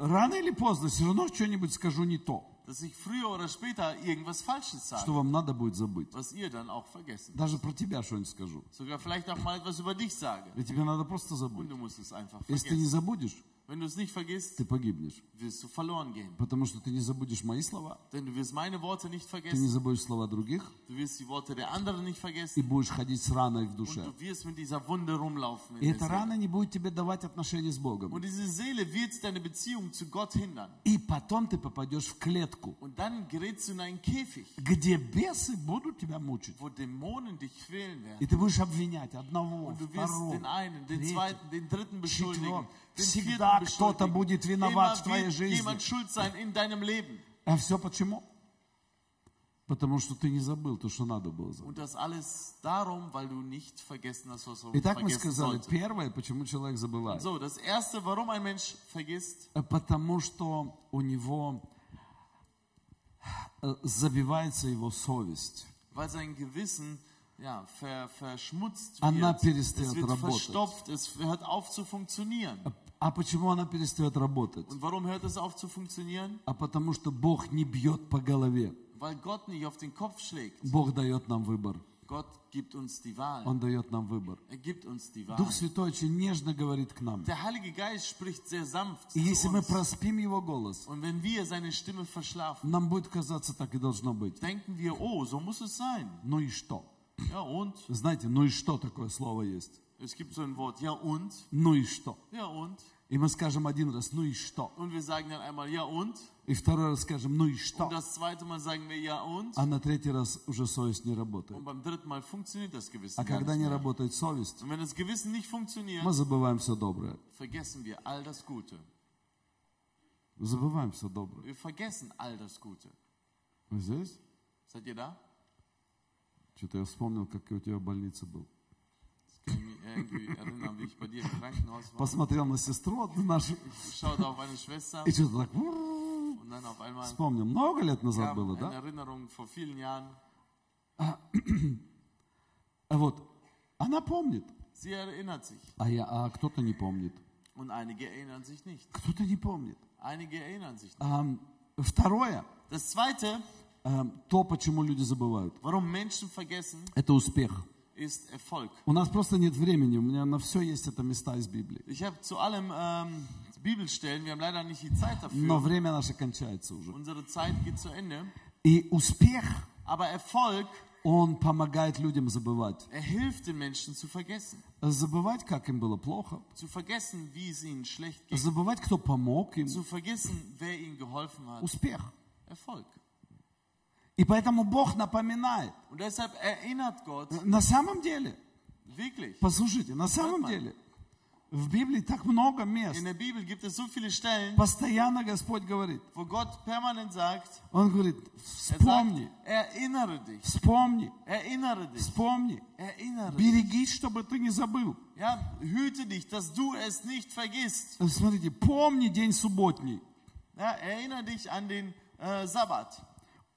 рано или поздно все равно что-нибудь скажу не то, dass ich früher oder später irgendwas Falsches что sage, вам надо будет забыть. was ihr dann auch vergessen. Даже про тебя что-нибудь скажу. Sogar vielleicht auch mal etwas über dich sage. И тебе надо просто Und забыть. du musst es einfach Если ты не vergessen. забудешь, Wenn du es nicht vergisst, ты погибнешь. wirst du verloren gehen. Потому что ты не забудешь мои слова, Denn du wirst meine Worte nicht ты не vergessen, забудешь слова других, du wirst die Worte der anderen nicht и vergessen будешь ходить с раной в und душе. du wirst mit dieser Wunde rumlaufen. И In эта der Seele. рана не будет тебе давать отношения с Богом. Und diese Seele wird deine Beziehung zu Gott hindern. И потом ты попадешь в клетку, Und dann gerätst du in einen Käfig, где бесы будут тебя мучить. wo Dämonen dich quälen И werden. ты будешь обвинять одного, Und du wirst den второго. einen, den третьего, zweiten, den dritten beschuldigen, четвертого. den Всегда vierten кто-то beschuldigen. будет Immer виноват в твоей wird жизни. jemand schuld sein in deinem Leben. А все почему? А Потому что ты не забыл то, что надо было забыть. Und das alles darum, weil du nicht vergessen hast, was du Итак, мы vergessen сказали, solltest. первое, почему человек забывает. So, das Erste, warum ein Mensch vergisst, Э, Потому что у него э, забивается его совесть. weil sein Gewissen ja, ver, verschmutzt Она wird. перестает Es wird работать. verstopft, es hört auf zu funktionieren. А- А почему она перестает работать? Und warum hört es auf zu funktionieren? А потому что Бог не бьет по голове. Weil Gott nicht auf den Kopf schlägt. Бог дает нам выбор. Gott gibt uns die Wahl. Он дает нам выбор. Er gibt uns die Wahl. Дух Святой очень нежно говорит к нам. Der Heilige Geist spricht sehr sanft И zu если мы uns. проспим Его голос, Und wenn wir seine Stimme verschlafen, нам будет казаться, так и должно быть. denken wir, oh, so muss es sein. Ну и что? Ja und? Знаете, ну и что такое слово есть? Es gibt so ein Wort, ja und? Ну и что? Ja und? И мы скажем один раз, ну и что? Und wir sagen dann einmal, ja und? И второй раз скажем, ну и Und что? das zweite Mal sagen wir, ja und? А на третий раз уже совесть не работает. Und beim dritten Mal funktioniert das Gewissen А gar когда nicht не mehr. работает совесть, Und wenn das Gewissen nicht funktioniert, мы забываем все доброе. vergessen wir all das Gute. Забываем все доброе. Wir vergessen all das Gute. Вы здесь? Seid ihr da? Что-то я vспомнил, как я у тебя в больнице был. Das kann ich mich irgendwie erinnern, wie ich bei dir im Krankenhaus war. Посмотрел на сестру нашу, Ich schaute auf meine Schwester и что-то так «Ууу». und dann auf einmal вспомнил. Много лет назад kam было, eine да? Erinnerung vor vielen Jahren. А Вот. Она помнит, Sie erinnert sich а, я, а кто-то не помнит. und einige erinnern sich nicht. Кто-то не помнит. Einige erinnern sich nicht. Ам, второе, Das Zweite, ам, то, почему люди забывают, warum Menschen vergessen, это успех. ist Erfolg. У нас просто нет времени, у меня на все есть это места из Библии. Ich habe zu allem ähm, Bibelstellen, wir haben leider nicht die Zeit Но dafür. время наше кончается уже. Unsere Zeit geht zu Ende. И успех, Aber Erfolg, он помогает людям забывать. er hilft den Menschen zu vergessen. Забывать, как им было плохо. Zu vergessen, wie es ihnen schlecht geht. Забывать, кто помог им. Zu vergessen, wer ihnen geholfen hat. Успех. Erfolg. И поэтому Бог напоминает. Und deshalb erinnert Gott На самом деле, wirklich. послушайте, на самом деле, в Библии так много In мест. der Bibel gibt es so viele Stellen, Постоянно Господь говорит. wo Gott permanent sagt, Он говорит, er sagt, вспомни, erinnere dich, вспомни, erinnere dich, вспомни. erinnere dich. Берегись, чтобы ты не забыл. Ja, hüte dich, dass du es nicht vergisst. Смотрите, помни день субботний. Ja, erinnere dich an den äh, Sabbat.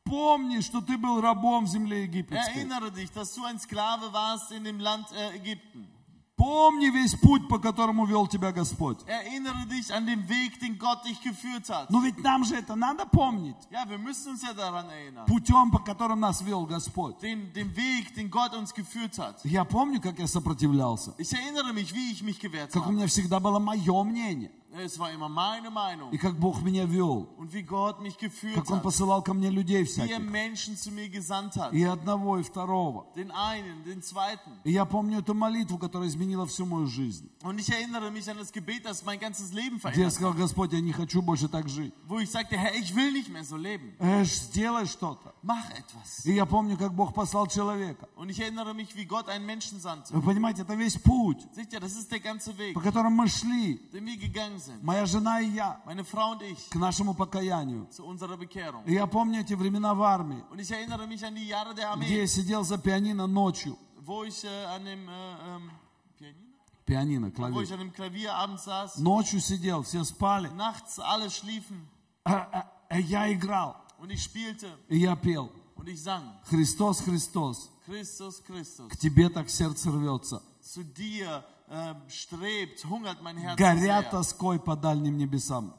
Помни, что ты был рабом в земле египетской. Erinnere dich, dass du ein Sklave warst in dem Land äh, Ägypten. Помни весь путь, по которому вел тебя Господь. Erinnere dich an den Weg, den Gott dich geführt hat. Но ведь нам же это надо помнить. Ja, wir müssen uns ja daran erinnern. Путем, по которому нас вел Господь. Den, den Weg, den Gott uns geführt hat. Я помню, как я сопротивлялся. Ich erinnere mich, wie ich mich gewehrt Как у habe. меня всегда было мое мнение. Es war immer meine И Meinung. как Бог меня вел. Und wie Gott mich geführt Как Он hat. посылал ко мне людей Wie er всяких. Menschen zu mir gesandt hat. И одного, и второго. Den einen, den zweiten. И я помню эту молитву, которая изменила всю мою жизнь. Und ich erinnere mich an das Gebet, das mein ganzes Leben Где я verändert hat. сказал, Господь, я не хочу больше так жить. Wo ich sagte, Herr, ich will nicht mehr so leben. Эш, сделай что-то. Mach etwas. И я помню, как Bог послал человека. Und ich erinnere mich, wie Gott einen Menschen sandte. Вы понимаете, это весь путь, Seht ihr, das ist der ganze Weg, по которому мы шли, den wir gegangen sind. моя жена и я, Meine Frau und ich к нашему покаянию. zu unserer Bekehrung. И я помню эти времена в армии, Und ich erinnere mich an die Jahre der где Armee, я sидел за пианино ночью. wo ich äh, an dem äh, ähm, Pianino? Пианино, wo ich клавиш. an dem Klavier abends saß, Ночью сидел, все спали. nachts alle schliefen А, а, а я играл, und ich spielte и я пел. und ich sang. Христос, Христос, Christus, Christus. к тебе так сердце рвется. Zu dir ähm, strebt, hungert mein Herz. Горя Sehr. тоской по дальним небесам.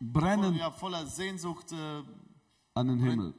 Бреннен Ja, voller Sehnsucht äh, Аненгемель.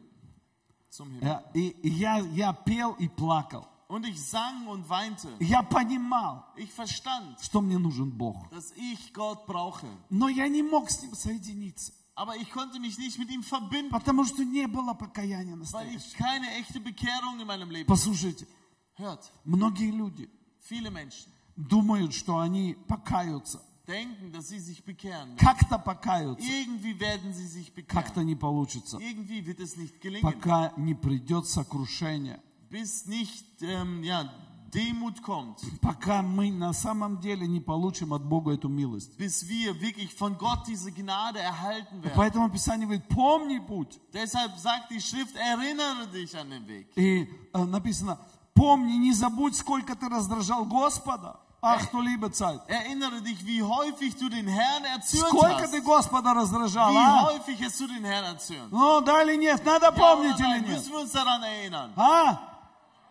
zum Himmel. Э, И и я, я пел и плакал. Und ich sang und weinte. Я понимал, Ich verstand, что мне нужен Бог. dass ich Gott brauche. Но я не мог с Ним соединиться, Aber ich konnte mich nicht mit ihm verbinden, потому что не было покаяния weil ich настоящего. keine echte Bekehrung in meinem Leben Послушайте, hört. многие люди Viele Menschen думают, что они покаются. denken, dass sie sich bekehren. werden. Как-то покаются, Irgendwie werden sie sich bekehren. как-то не получится. Irgendwie wird es nicht gelingen, Пока не придет сокрушение, bis nicht ähm, ja, Demut kommt, пока мы на самом деле не получим от Бога эту милость. bis wir wirklich von Gott diese Gnade erhalten werden. Поэтому Писание говорит, помни путь. Deshalb sagt die Schrift, erinnere dich an den Weg. И э, написано, помни, не забудь, сколько ты раздражал Господа. Ах, кто либо царь. Erinnere dich, wie häufig du den Herrn erzürnt Сколько ты hast. Господа раздражал, Wie а? häufig hast du den Herrn erzürnt? Ну, да или нет, надо Ja oder помнить или nein? нет? Müssen wir uns daran erinnern? А?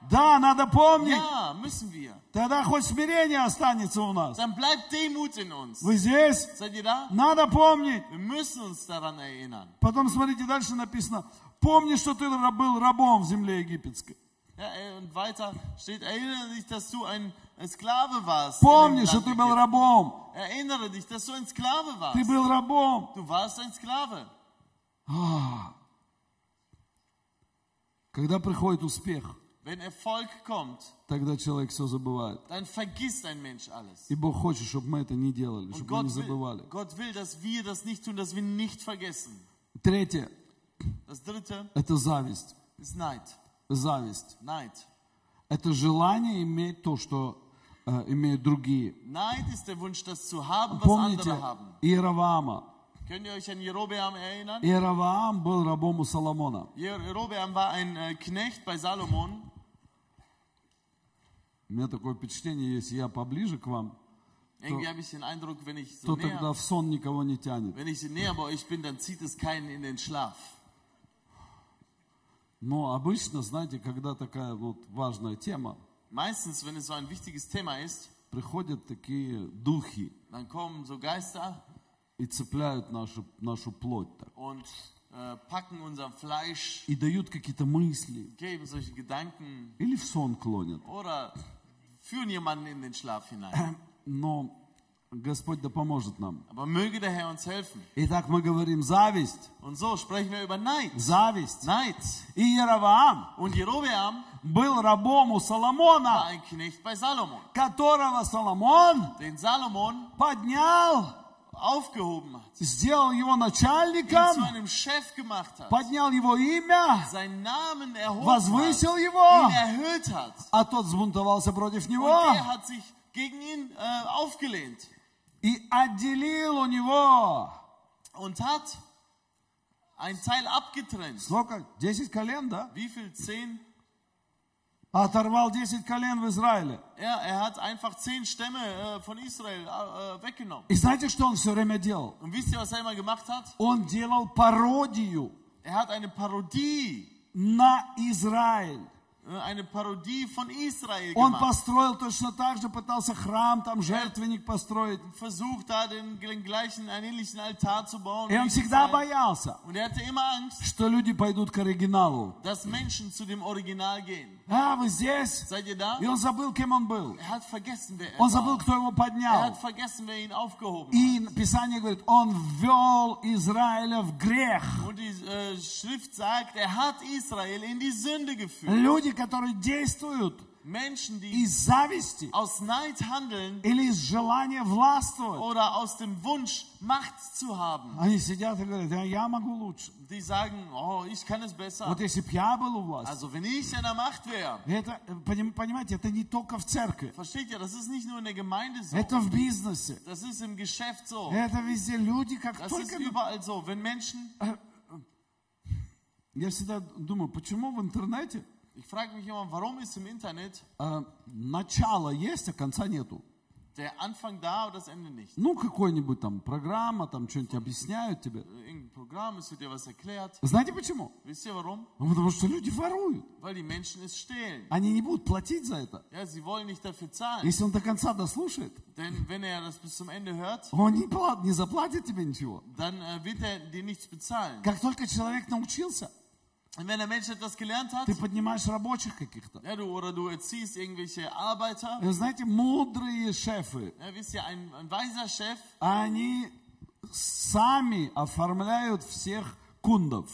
Да, надо помнить. Ja, müssen wir. Тогда хоть смирение останется у нас. Dann bleibt Demut in uns. Вы здесь? Seid ihr da? Надо помнить. Wir müssen uns daran erinnern. Потом, смотрите, дальше написано. Помни, что ты ра- был рабом в земле египетской. Ja, äh, und weiter steht, erinnere dich, dass du ein Sklave warst. in dem Помни, Land что ты был Ägypten. рабом. Erinnere dich, dass du ein Sklave Ты warst. был рабом. Du warst ein Sklave. Когда приходит успех, Wenn Erfolg kommt, тогда человек все забывает. dann vergisst ein Mensch alles. И Бог хочет, чтобы мы это не делали, Und чтобы мы не Gott will, забывали. Gott will, dass wir das nicht tun, dass wir nicht vergessen. Третье Das dritte – это зависть. ist Neid. Зависть. Neid. Это желание иметь то, что э, имеют другие. Neid ist der Wunsch, das zu haben, was Помните andere haben. Иераваама? Könnt ihr euch an Jerobeam erinnern? Иераваам был рабом у Соломона. Jerobeam war ein äh, Knecht bei Salomon. У меня такое впечатление, если я поближе к вам, Irgendwie habe ich den Eindruck, wenn ich то so тогда näher, в сон никого не тянет. wenn ich näher bei euch bin, dann zieht es keinen in den Schlaf. Но обычно, знаете, когда такая вот важная тема, Meistens, wenn es so ein wichtiges Thema ist, приходят такие духи dann kommen so Geister и цепляют нашу, нашу плоть так. und äh, packen unser Fleisch, И дают какие-то мысли. geben solche Gedanken Или в сон клонят. oder führen jemanden in den Schlaf hinein. Ähm. Но Господь да поможет нам. Aber möge der Herr uns helfen. Итак, мы говорим зависть, Und so sprechen wir über Neid. зависть. Neid. И Иераваам Und Jerobeam был рабом у war Соломона, ein Knecht bei Salomon, которого Соломон den Salomon поднял, aufgehoben hat, сделал его ihn zu начальником, einem Chef gemacht hat, поднял его имя, seinen Namen erhoben hat, возвысил его, ihn erhöht hat. а тот взбунтовался против Und него er hat sich gegen ihn äh, aufgelehnt и отделил у него und hat einen Teil abgetrennt. сколько? 10 колен, да? Wie viel? Zehn? Оторвал 10 колен в Израиле. Ja, er hat einfach zehn Stämme äh, von Israel äh, äh, weggenommen. И знаете, что он все время делал? Und wisst ihr, was er immer gemacht hat? Он делал пародию Er hat eine Parodie, на Израиль. äh, eine Parodie von Israel Он gemacht. построил точно так же, пытался храм, там жертвенник построить. Versucht da den, den gleichen, einen ähnlichen Altar zu bauen. И он wie всегда Israel. боялся, Und er hatte immer Angst, что люди пойдут к оригиналу. dass Menschen zu dem Original gehen. А, вы здесь? Seid ihr da? И он забыл, кем он был. Er hat vergessen, wer er Он забыл, war. кто его Er поднял. hat vergessen, wer ihn aufgehoben hat. И Писание говорит, он ввел Израиля в грех. Und die äh, Schrift sagt, er hat Israel in die Sünde geführt. Люди, которые действуют Menschen, die из зависти aus Neid handeln или из желания властвовать, oder aus dem Wunsch, Macht zu haben, они сидят и говорят, «А я могу лучше. die sagen, oh, ich kann es besser. Вот если бы я был у власти. Also wenn ich an der Macht wäre, Это, э, поним- понимаете, это не только в церкви. versteht ihr, das ist nicht nur in der Gemeinde so, Это в бизнесе. das ist im Geschäft so, Это везде люди, как das ist только... überall so. Wenn Menschen, Я всегда думаю, почему в интернете ich frage mich immer, warum ist im Internet э, начало есть, а конца нету? der Anfang da aber das Ende nicht? Ну, какой-нибудь там программа, там что-нибудь объясняют тебе. Also, Irgendein Programm, es wird dir was erklärt. Знаете почему? Wisst ihr warum? Ну, потому что люди воруют. Weil die Menschen es stehlen. Они не будут платить за это. Ja, sie wollen nicht dafür zahlen. Если он до конца дослушает, Denn wenn er das bis zum Ende hört, он не, пла- не заплатит тебе ничего. dann äh, wird er dir nichts bezahlen. Как только человек научился, Und wenn der Mensch etwas gelernt hat, ты поднимаешь рабочих каких-то. ja, du, oder du erziehst irgendwelche Arbeiter, Вы Знаете, mudrые шефы, ja, wisst ihr, ein, ein weiser Chef, они сами оформляют всех кундов.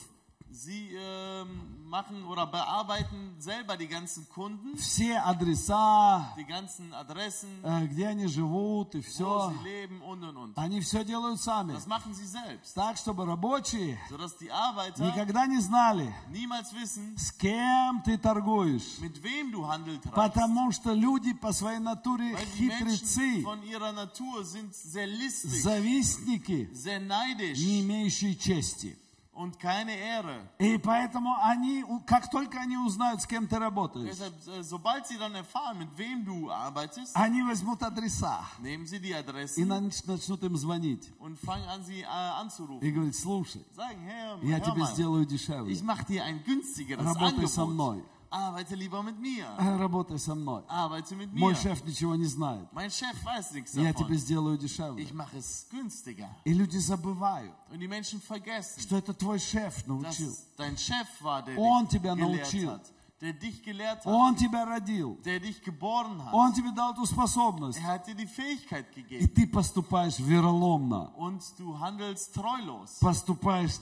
Sie ähm, machen oder bearbeiten selber die ganzen Kunden, все адреса, die ganzen Adressen, э, где они живут и wo все. sie leben und und und. Они все делают сами. Das machen sie selbst, Так, чтобы рабочие sodass die Arbeiter никогда не знали, niemals wissen, с кем ты торгуешь. mit wem du Handel treibst. Потому что люди по своей натуре Weil die Menschen хитрецы, von ihrer Natur sind sehr listig, завистники, sehr не neidisch имеющие чести. und keine Ehre. И поэтому они, у- как только они узнают, с кем ты работаешь, Deshalb, äh, sobald sie dann erfahren, mit wem du arbeitest, они возьмут адреса nehmen sie die и Adressen на- начнут им звонить. und fangen an, sie äh, И anzurufen. говорить, слушай, Sagen, Herr, я hör тебе mal, сделаю дешевле. ich mache dir ein günstigeres Работай со мной. Angebot. Arbeite lieber mit mir. А, Работай со мной. Arbeite mit Мой mir. шеф ничего не знает. Mein Chef weiß nichts Я тебе davon. сделаю дешевле. Ich mache es günstiger. И люди забывают, Und die Menschen vergessen, что это твой шеф dass научил. es dein Chef war, der Он dich тебя gelehrt научил. hat, der dich gelehrt hat, Он тебя родил. der dich geboren hat. Он тебе дал эту способность. Er hat dir die Fähigkeit И gegeben ты поступаешь вероломно, und du handelst treulos. поступаешь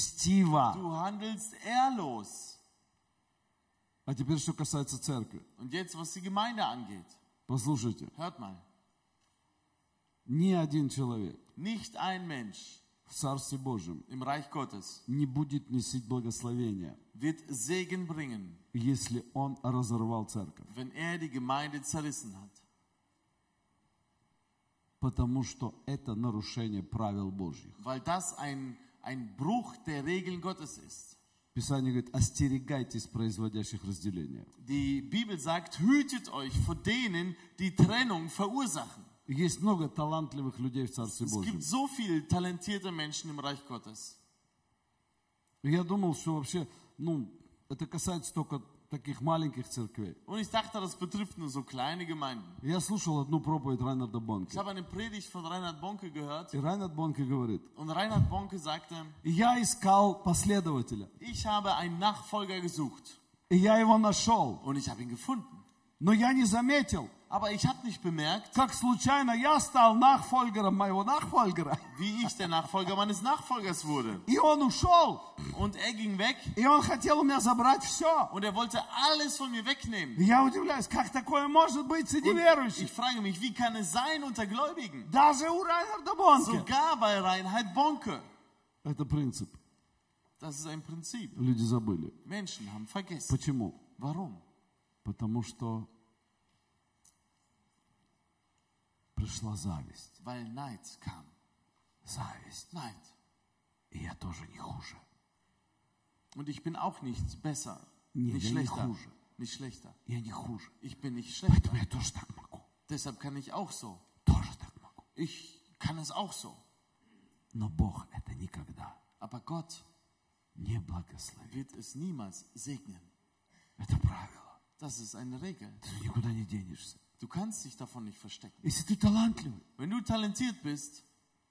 нечестиво. Du handelst ehrlos. А теперь, что касается церкви. Und jetzt, was die Gemeinde angeht, Послушайте, hört mal, ни один человек nicht ein Mensch в Царстве Божьем im Reich Gottes не будет носить благословения, wird Segen bringen, если он разорвал церковь. wenn er die Gemeinde zerrissen hat, Потому что это нарушение правил Божьих. weil das ein, ein Bruch der Regeln Gottes ist. Писание говорит, остерегайтесь производящих разделения. Die Bibel sagt, hütet euch vor denen, die Trennung verursachen. Есть много талантливых людей в Царстве Es Божьем. gibt so viele talentierte Menschen im Reich Gottes. Я думал, что вообще, ну, это касается только таких маленьких церквей. Und ich dachte, das betrifft nur so kleine Gemeinden. Я слушал одну проповедь Райнарда Ich Бонке. habe eine Predigt von Reinhard Bonke gehört И Райнард Бонке говорит, und Reinhard Bonke sagte, я искал последователя, Ich habe einen Nachfolger gesucht и я его нашел, und ich habe ihn gefunden. но я не заметил, Aber ich habe nicht bemerkt, как случайно я стал nachfolgerом моего nachfolgera. wie ich der Nachfolger meines Nachfolgers wurde. И он ушел, Und er ging weg и он хотел у меня забрать все. und er wollte alles von mir wegnehmen. И я удивляюсь, как такое может быть среди Ich верующих? frage mich, wie kann es sein unter Gläubigen? Даже у Райнарда Бонке. Sogar bei Reinhard Bonke. Это принцип. Das ist ein Prinzip. Люди забыли. Menschen haben vergessen. Почему? Warum? Потому что пришла зависть. Weil Neid kam. Зависть. Neid. И я тоже не хуже. Und ich bin auch nicht besser. Nee, Nicht ja, nicht schlechter. Rouge. Nicht schlechter. Я не хуже. Ich bin nicht schlechter. Поэтому я тоже так могу. Deshalb kann ich auch so. Тоже так могу. Ich kann es auch so. Но Бог это никогда Aber Gott не благословит. wird es niemals segnen. Это правило. Das ist eine Regel. Ты никуда не денешься. Du kannst dich davon nicht verstecken. Если ты талантливый, Wenn du talentiert bist,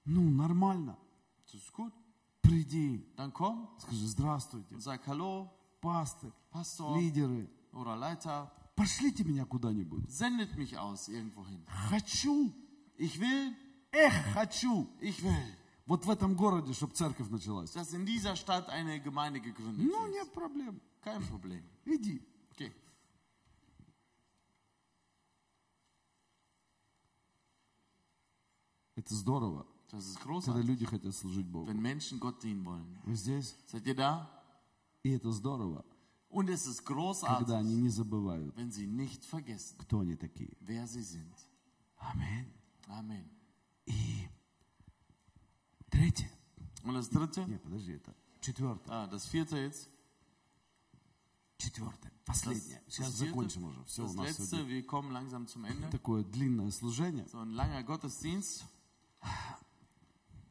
ну, нормально. das ist gut. Приди, Dann komm скажи, здравствуйте, und sag Hallo, пастырь, Pastor лидеры, oder Leiter, пошлите меня куда-нибудь. sendet mich aus irgendwohin. Хочу, Ich will, эх, хочу. ich will, Вот в этом городе, чтобы церковь началась. dass in dieser Stadt eine Gemeinde gegründet Ну, wird. нет проблем. Kein Problem. Иди. Okay. Это здорово, Das ist когда großartig, люди хотят служить Богу. wenn Menschen Gott dienen wollen. Вы здесь? Seid ihr da? И это здорово, Und es ist когда они großartig, не забывают, wenn sie nicht vergessen, кто они такие. wer sie sind. Аминь. Amen. Третье. Und das dritte? Нет, подожди, это четвертое. Ah, das vierte jetzt. Четвертое. Последнее. Сейчас Das vierte, закончим уже. Все у das нас letzte, сегодня. wir kommen langsam zum Ende. Такое длинное служение. So ein langer Gottesdienst.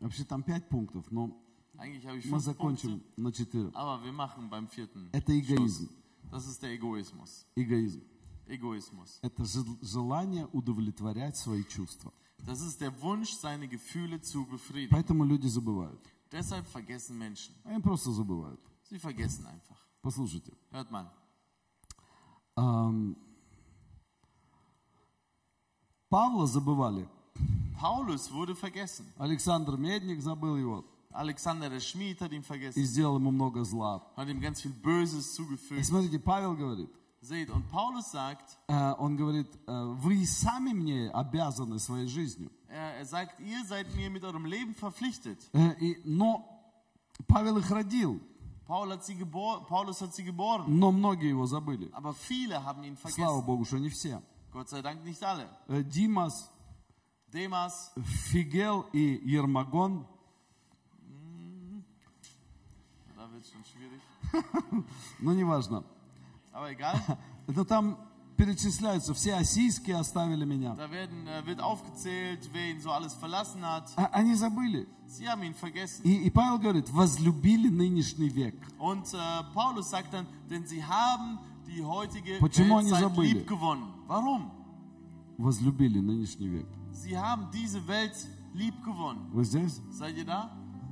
Вообще там пять пунктов, но Eigentlich habe ich мы fünf Punkte, закончим на четыре. aber wir machen beim vierten. Это эгоизм. Das ist der Egoismus. Эгоизм. Egoismus. Это жел- желание удовлетворять свои чувства. Das ist der Wunsch, seine Gefühle zu befriedigen. Поэтому люди забывают. Deshalb vergessen Menschen. Они просто забывают. Sie vergessen einfach. Послушайте. Hört mal. Ам, Павла забывали. Paulus wurde vergessen. Александр Медник забыл его. Alexander der Schmied hat ihn и vergessen, сделал ему много зла. hat ihm ganz viel Böses И zugefügt. смотрите, Павел говорит, Seht, und Paulus sagt, э, он говорит, э, вы и сами мне obязаны своей жизнью. er, er sagt, ihr seid mir mit eurem Leben verpflichtet. Э, и- но Павел их родил, Paul hat sie gebor Paulus hat sie geboren, но многие его забыли. aber viele haben ihn Слава vergessen. Богу, что не все. Gott sei Dank nicht alle. Э, Димас, Demas, Фигел и Ермагон, da wird es schon schwierig, ну неважно. aber egal. Это там перечисляются, все осийские oставили меня. Da werden, äh, wird aufgezählt, wer ihn so alles verlassen hat. А они забыли. Sie haben ihn vergessen. И, и Павел говорит, возлюбили нынешний век. Und äh, Paulus sagt dann, denn sie haben die heutige Почему они Weltzeit забыли? lieb gewonnen. Warum? Возлюбили нынешний век. Sie haben diese Welt lieb gewonnen. Вы здесь? Seid ihr da?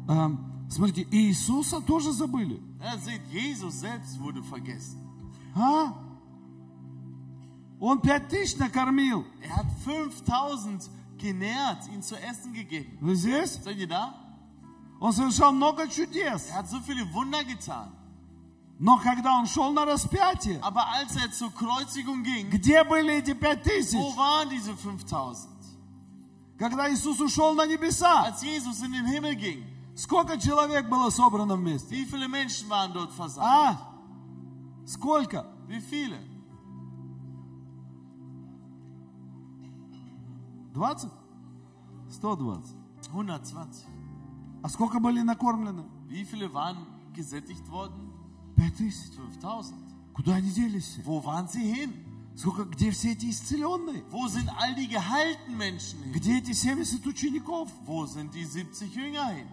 А, смотрите, и Иисуса тоже забыли. Ja, seht, Jesus selbst wurde vergessen. А? Он пять тысяч накормил. Er hat 5000 genährt, ihnen zu essen gegeben. Вы здесь? Seid ihr da? Он совершал много чудес. Er hat so viele Wunder getan. Но когда он шел на распятие, Aber als er zur Kreuzigung ging, где были эти пять тысяч? wo waren diese 5000? Когда Иисус ушел на небеса, Als Jesus in den Himmel ging, сколько человек было собрано вместе? Wie viele Menschen waren dort versammelt? А? Сколько? Wie viele? 20? 120. 120. А сколько были накормлены? Wie viele waren gesättigt worden? Пять тысяч. 5000. Куда они делись все? Wo waren sie hin? Сколько, где все эти исцеленные? Wo sind all die gehaltenen Menschen hin? Где эти 70 учеников? Wo sind die 70 Jünger hin?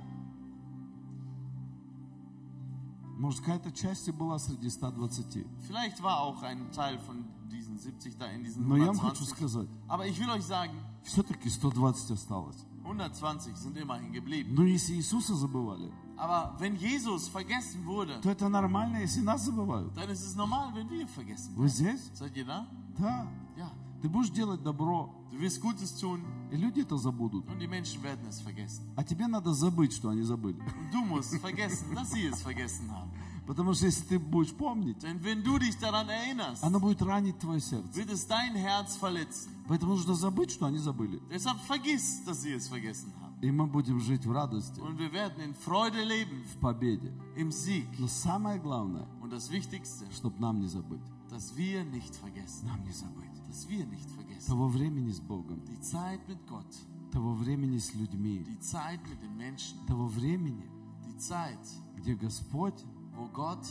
Может, какая-то часть и была среди 120. Vielleicht war auch ein Teil von diesen 70 da in diesen Но я вам хочу 120. сказать, Aber ich will euch sagen, все-таки 120 осталось. 120 sind immerhin geblieben. Но если Иисуса забывали, Aber wenn Jesus vergessen wurde, то это нормально, если нас забывают. dann ist es normal, wenn wir vergessen Вы werden. здесь? Seid ihr da? Да. Ja. Ты будешь делать добро, Du wirst Gutes tun и люди это забудут. und die Menschen werden es vergessen. А тебе надо забыть, что они забыли. Du musst vergessen, dass sie es vergessen haben. Потому что если ты будешь помнить, Denn wenn du dich daran erinnerst, оно будет ранить твое сердце. wird es dein Herz verletzen. Поэтому нужно забыть, что они забыли. Deshalb vergiss, dass sie es vergessen haben. И мы будем жить в радости, Und wir werden in Freude leben, в победе. im Sieg. Но самое главное, Und das Wichtigste, чтобы нам не забыть. dass wir nicht vergessen. Нам не забыть. Dass wir nicht vergessen. Того времени с Богом, Die Zeit mit Gott, того времени с людьми, die Zeit mit den Menschen, того времени, die Zeit, где Господь wo Gott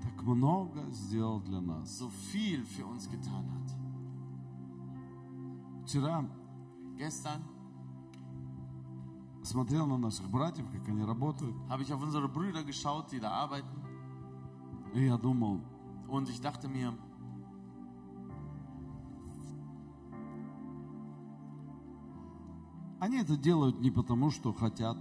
так много сделал для нас. so viel für uns getan hat. Вчера Gestern смотрел на наших братьев, как они работают, habe ich auf unsere Brüder geschaut, die da arbeiten. и я думал, Und ich dachte mir, они это делают не потому, что хотят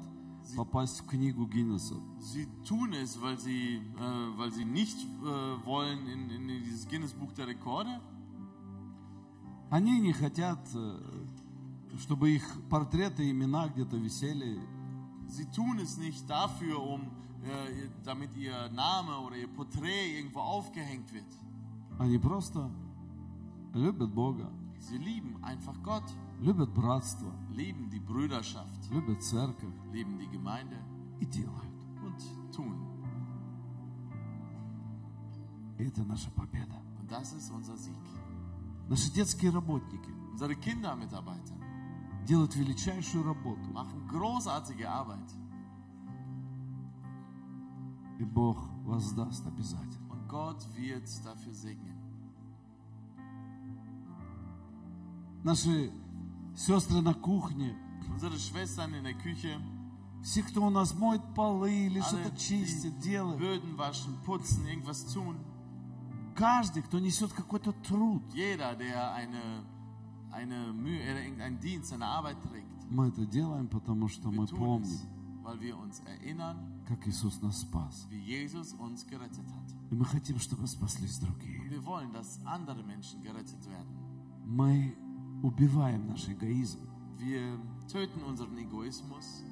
попасть в книгу Гиннесса. Sie tun es, weil sie, äh, weil sie nicht äh, wollen in, in dieses Guinness-Buch der Rekorde. Они не хотят, э, чтобы их портреты и имена где-то висели. Sie tun es nicht dafür, um, äh, damit ihr Name oder ihr Porträt irgendwo aufgehängt wird. Они просто любят Бога, Sie lieben einfach Gott, любят братство, lieben die Brüderschaft, любят церковь lieben die Gemeinde и делают. und tun. И это наша победа. Und das ist unser Sieg. Наши детские работники Unsere Kindermitarbeiter делают величайшую работу. machen großartige Arbeit И Бог воздаст обязательно. und Gott wird dafür segnen. Наши сестры на кухне, Unsere Schwestern in der Küche все, кто у нас моет полы или Alle, что-то чистит, делает. Böden waschen, putzen, irgendwas tun. Каждый, кто несет какой-то труд, Jeder, der eine, eine Mühe oder irgendeinen Dienst, eine Arbeit trägt, мы это делаем, потому что wir мы tun es, помним, weil wir uns erinnern, как Иисус нас спас. wie Jesus uns gerettet hat. И мы хотим, чтобы спаслись другие. Wir wollen, dass andere Menschen gerettet werden. Мы убиваем наш эгоизм, Wir töten unseren Egoismus,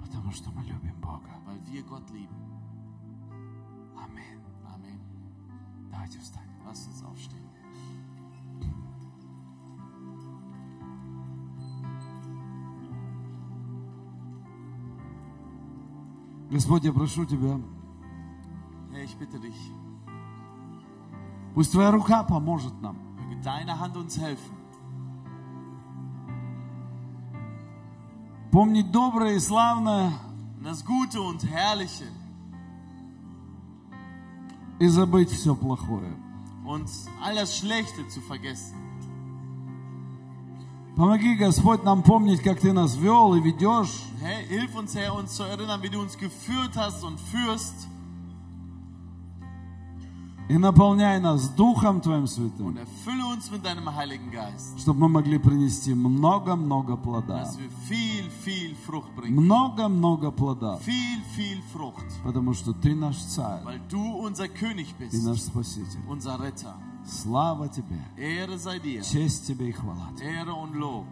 потому что мы любим Бога. weil wir Gott lieben. Аминь. Amen. Давайте встанем. Lasst uns aufstehen. Господь, я прошу Тебя, Herr, ich bitte dich, пусть Твоя рука поможет нам. möge deine Hand uns helfen. Помнить доброе и славное Und das Gute und Herrliche и забыть все плохое. und all das Schlechte zu vergessen. Помоги, Господь, нам помнить, как Ты нас вел и ведешь. Herr, hilf uns, Herr, uns zu erinnern, wie du uns geführt hast und führst И наполняй нас Духом Твоим und Святым, erfülle uns mit deinem Heiligen Geist, чтобы мы могли принести много-много плода. dass wir viel, viel Frucht bringen. Много-много плода. Viel, viel Frucht, Потому что Ты наш Царь weil du unser König и bist, наш Спаситель. unser Retter. Слава Тебе, Ehre sei dir, честь Тебе и хвала Тебе. Ehre und Lob.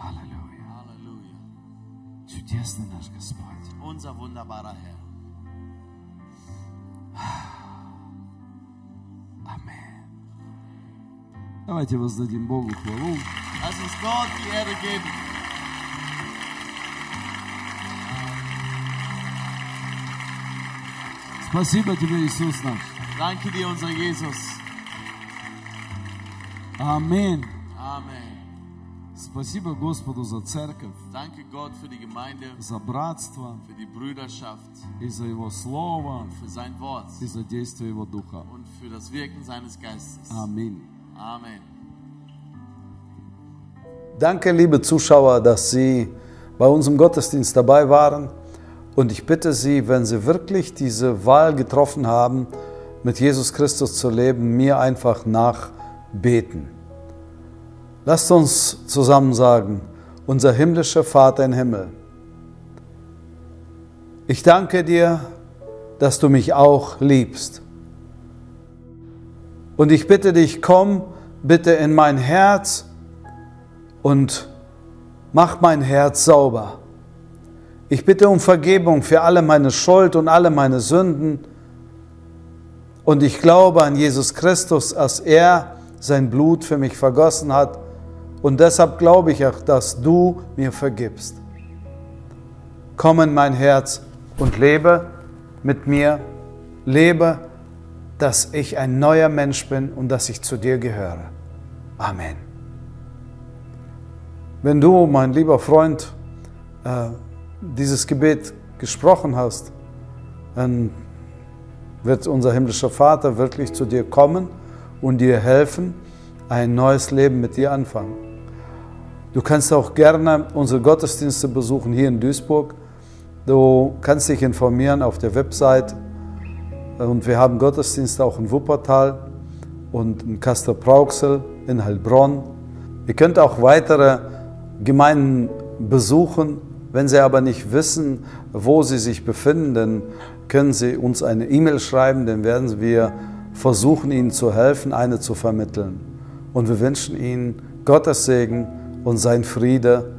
Аллилуйя. Halleluja. Чудесный наш Господь. Unser wunderbarer Herr. Аминь. Давайте воздадим Богу хвалу. Lass uns Gott die Ehre geben. Спасибо тебе, Иисус наш. Danke dir, unser Jesus. Аминь. Amen. Spasibo Gospodu za crkv, Danke Gott für die Gemeinde, za bratstvo für die Brüderschaft, i za Jeho slovo für sein Wort i za dejstvo Jeho duha. und für das Wirken seines Geistes. Amin. Amen. Danke, liebe Zuschauer, dass Sie bei unserem Gottesdienst dabei waren. Und ich bitte Sie, wenn Sie wirklich diese Wahl getroffen haben, mit Jesus Christus zu leben, mir einfach nachbeten. Lasst uns zusammen sagen, unser himmlischer Vater im Himmel, ich danke dir, dass du mich auch liebst. Und ich bitte dich, komm bitte in mein Herz und mach mein Herz sauber. Ich bitte um Vergebung für alle meine Schuld und alle meine Sünden. Und ich glaube an Jesus Christus, als er sein Blut für mich vergossen hat. Und deshalb glaube ich auch, dass du mir vergibst. Komm in mein Herz und lebe mit mir. Lebe, dass ich ein neuer Mensch bin und dass ich zu dir gehöre. Amen. Wenn du, mein lieber Freund, äh, dieses Gebet gesprochen hast, dann wird unser himmlischer Vater wirklich zu dir kommen und dir helfen, ein neues Leben mit dir anfangen. Du kannst auch gerne unsere Gottesdienste besuchen hier in Duisburg. Du kannst dich informieren auf der Website. Und wir haben Gottesdienste auch in Wuppertal und in Kastor-Brauxel, in Heilbronn Ihr könnt auch weitere Gemeinden besuchen. Wenn Sie aber nicht wissen, wo Sie sich befinden, dann können Sie uns eine E-Mail schreiben, dann werden wir versuchen, Ihnen zu helfen, eine zu vermitteln. Und wir wünschen Ihnen Gottes Segen und sein Friede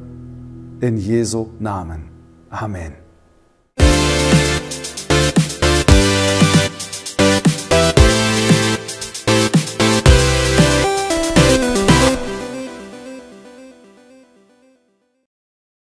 in Jesu Namen. Amen.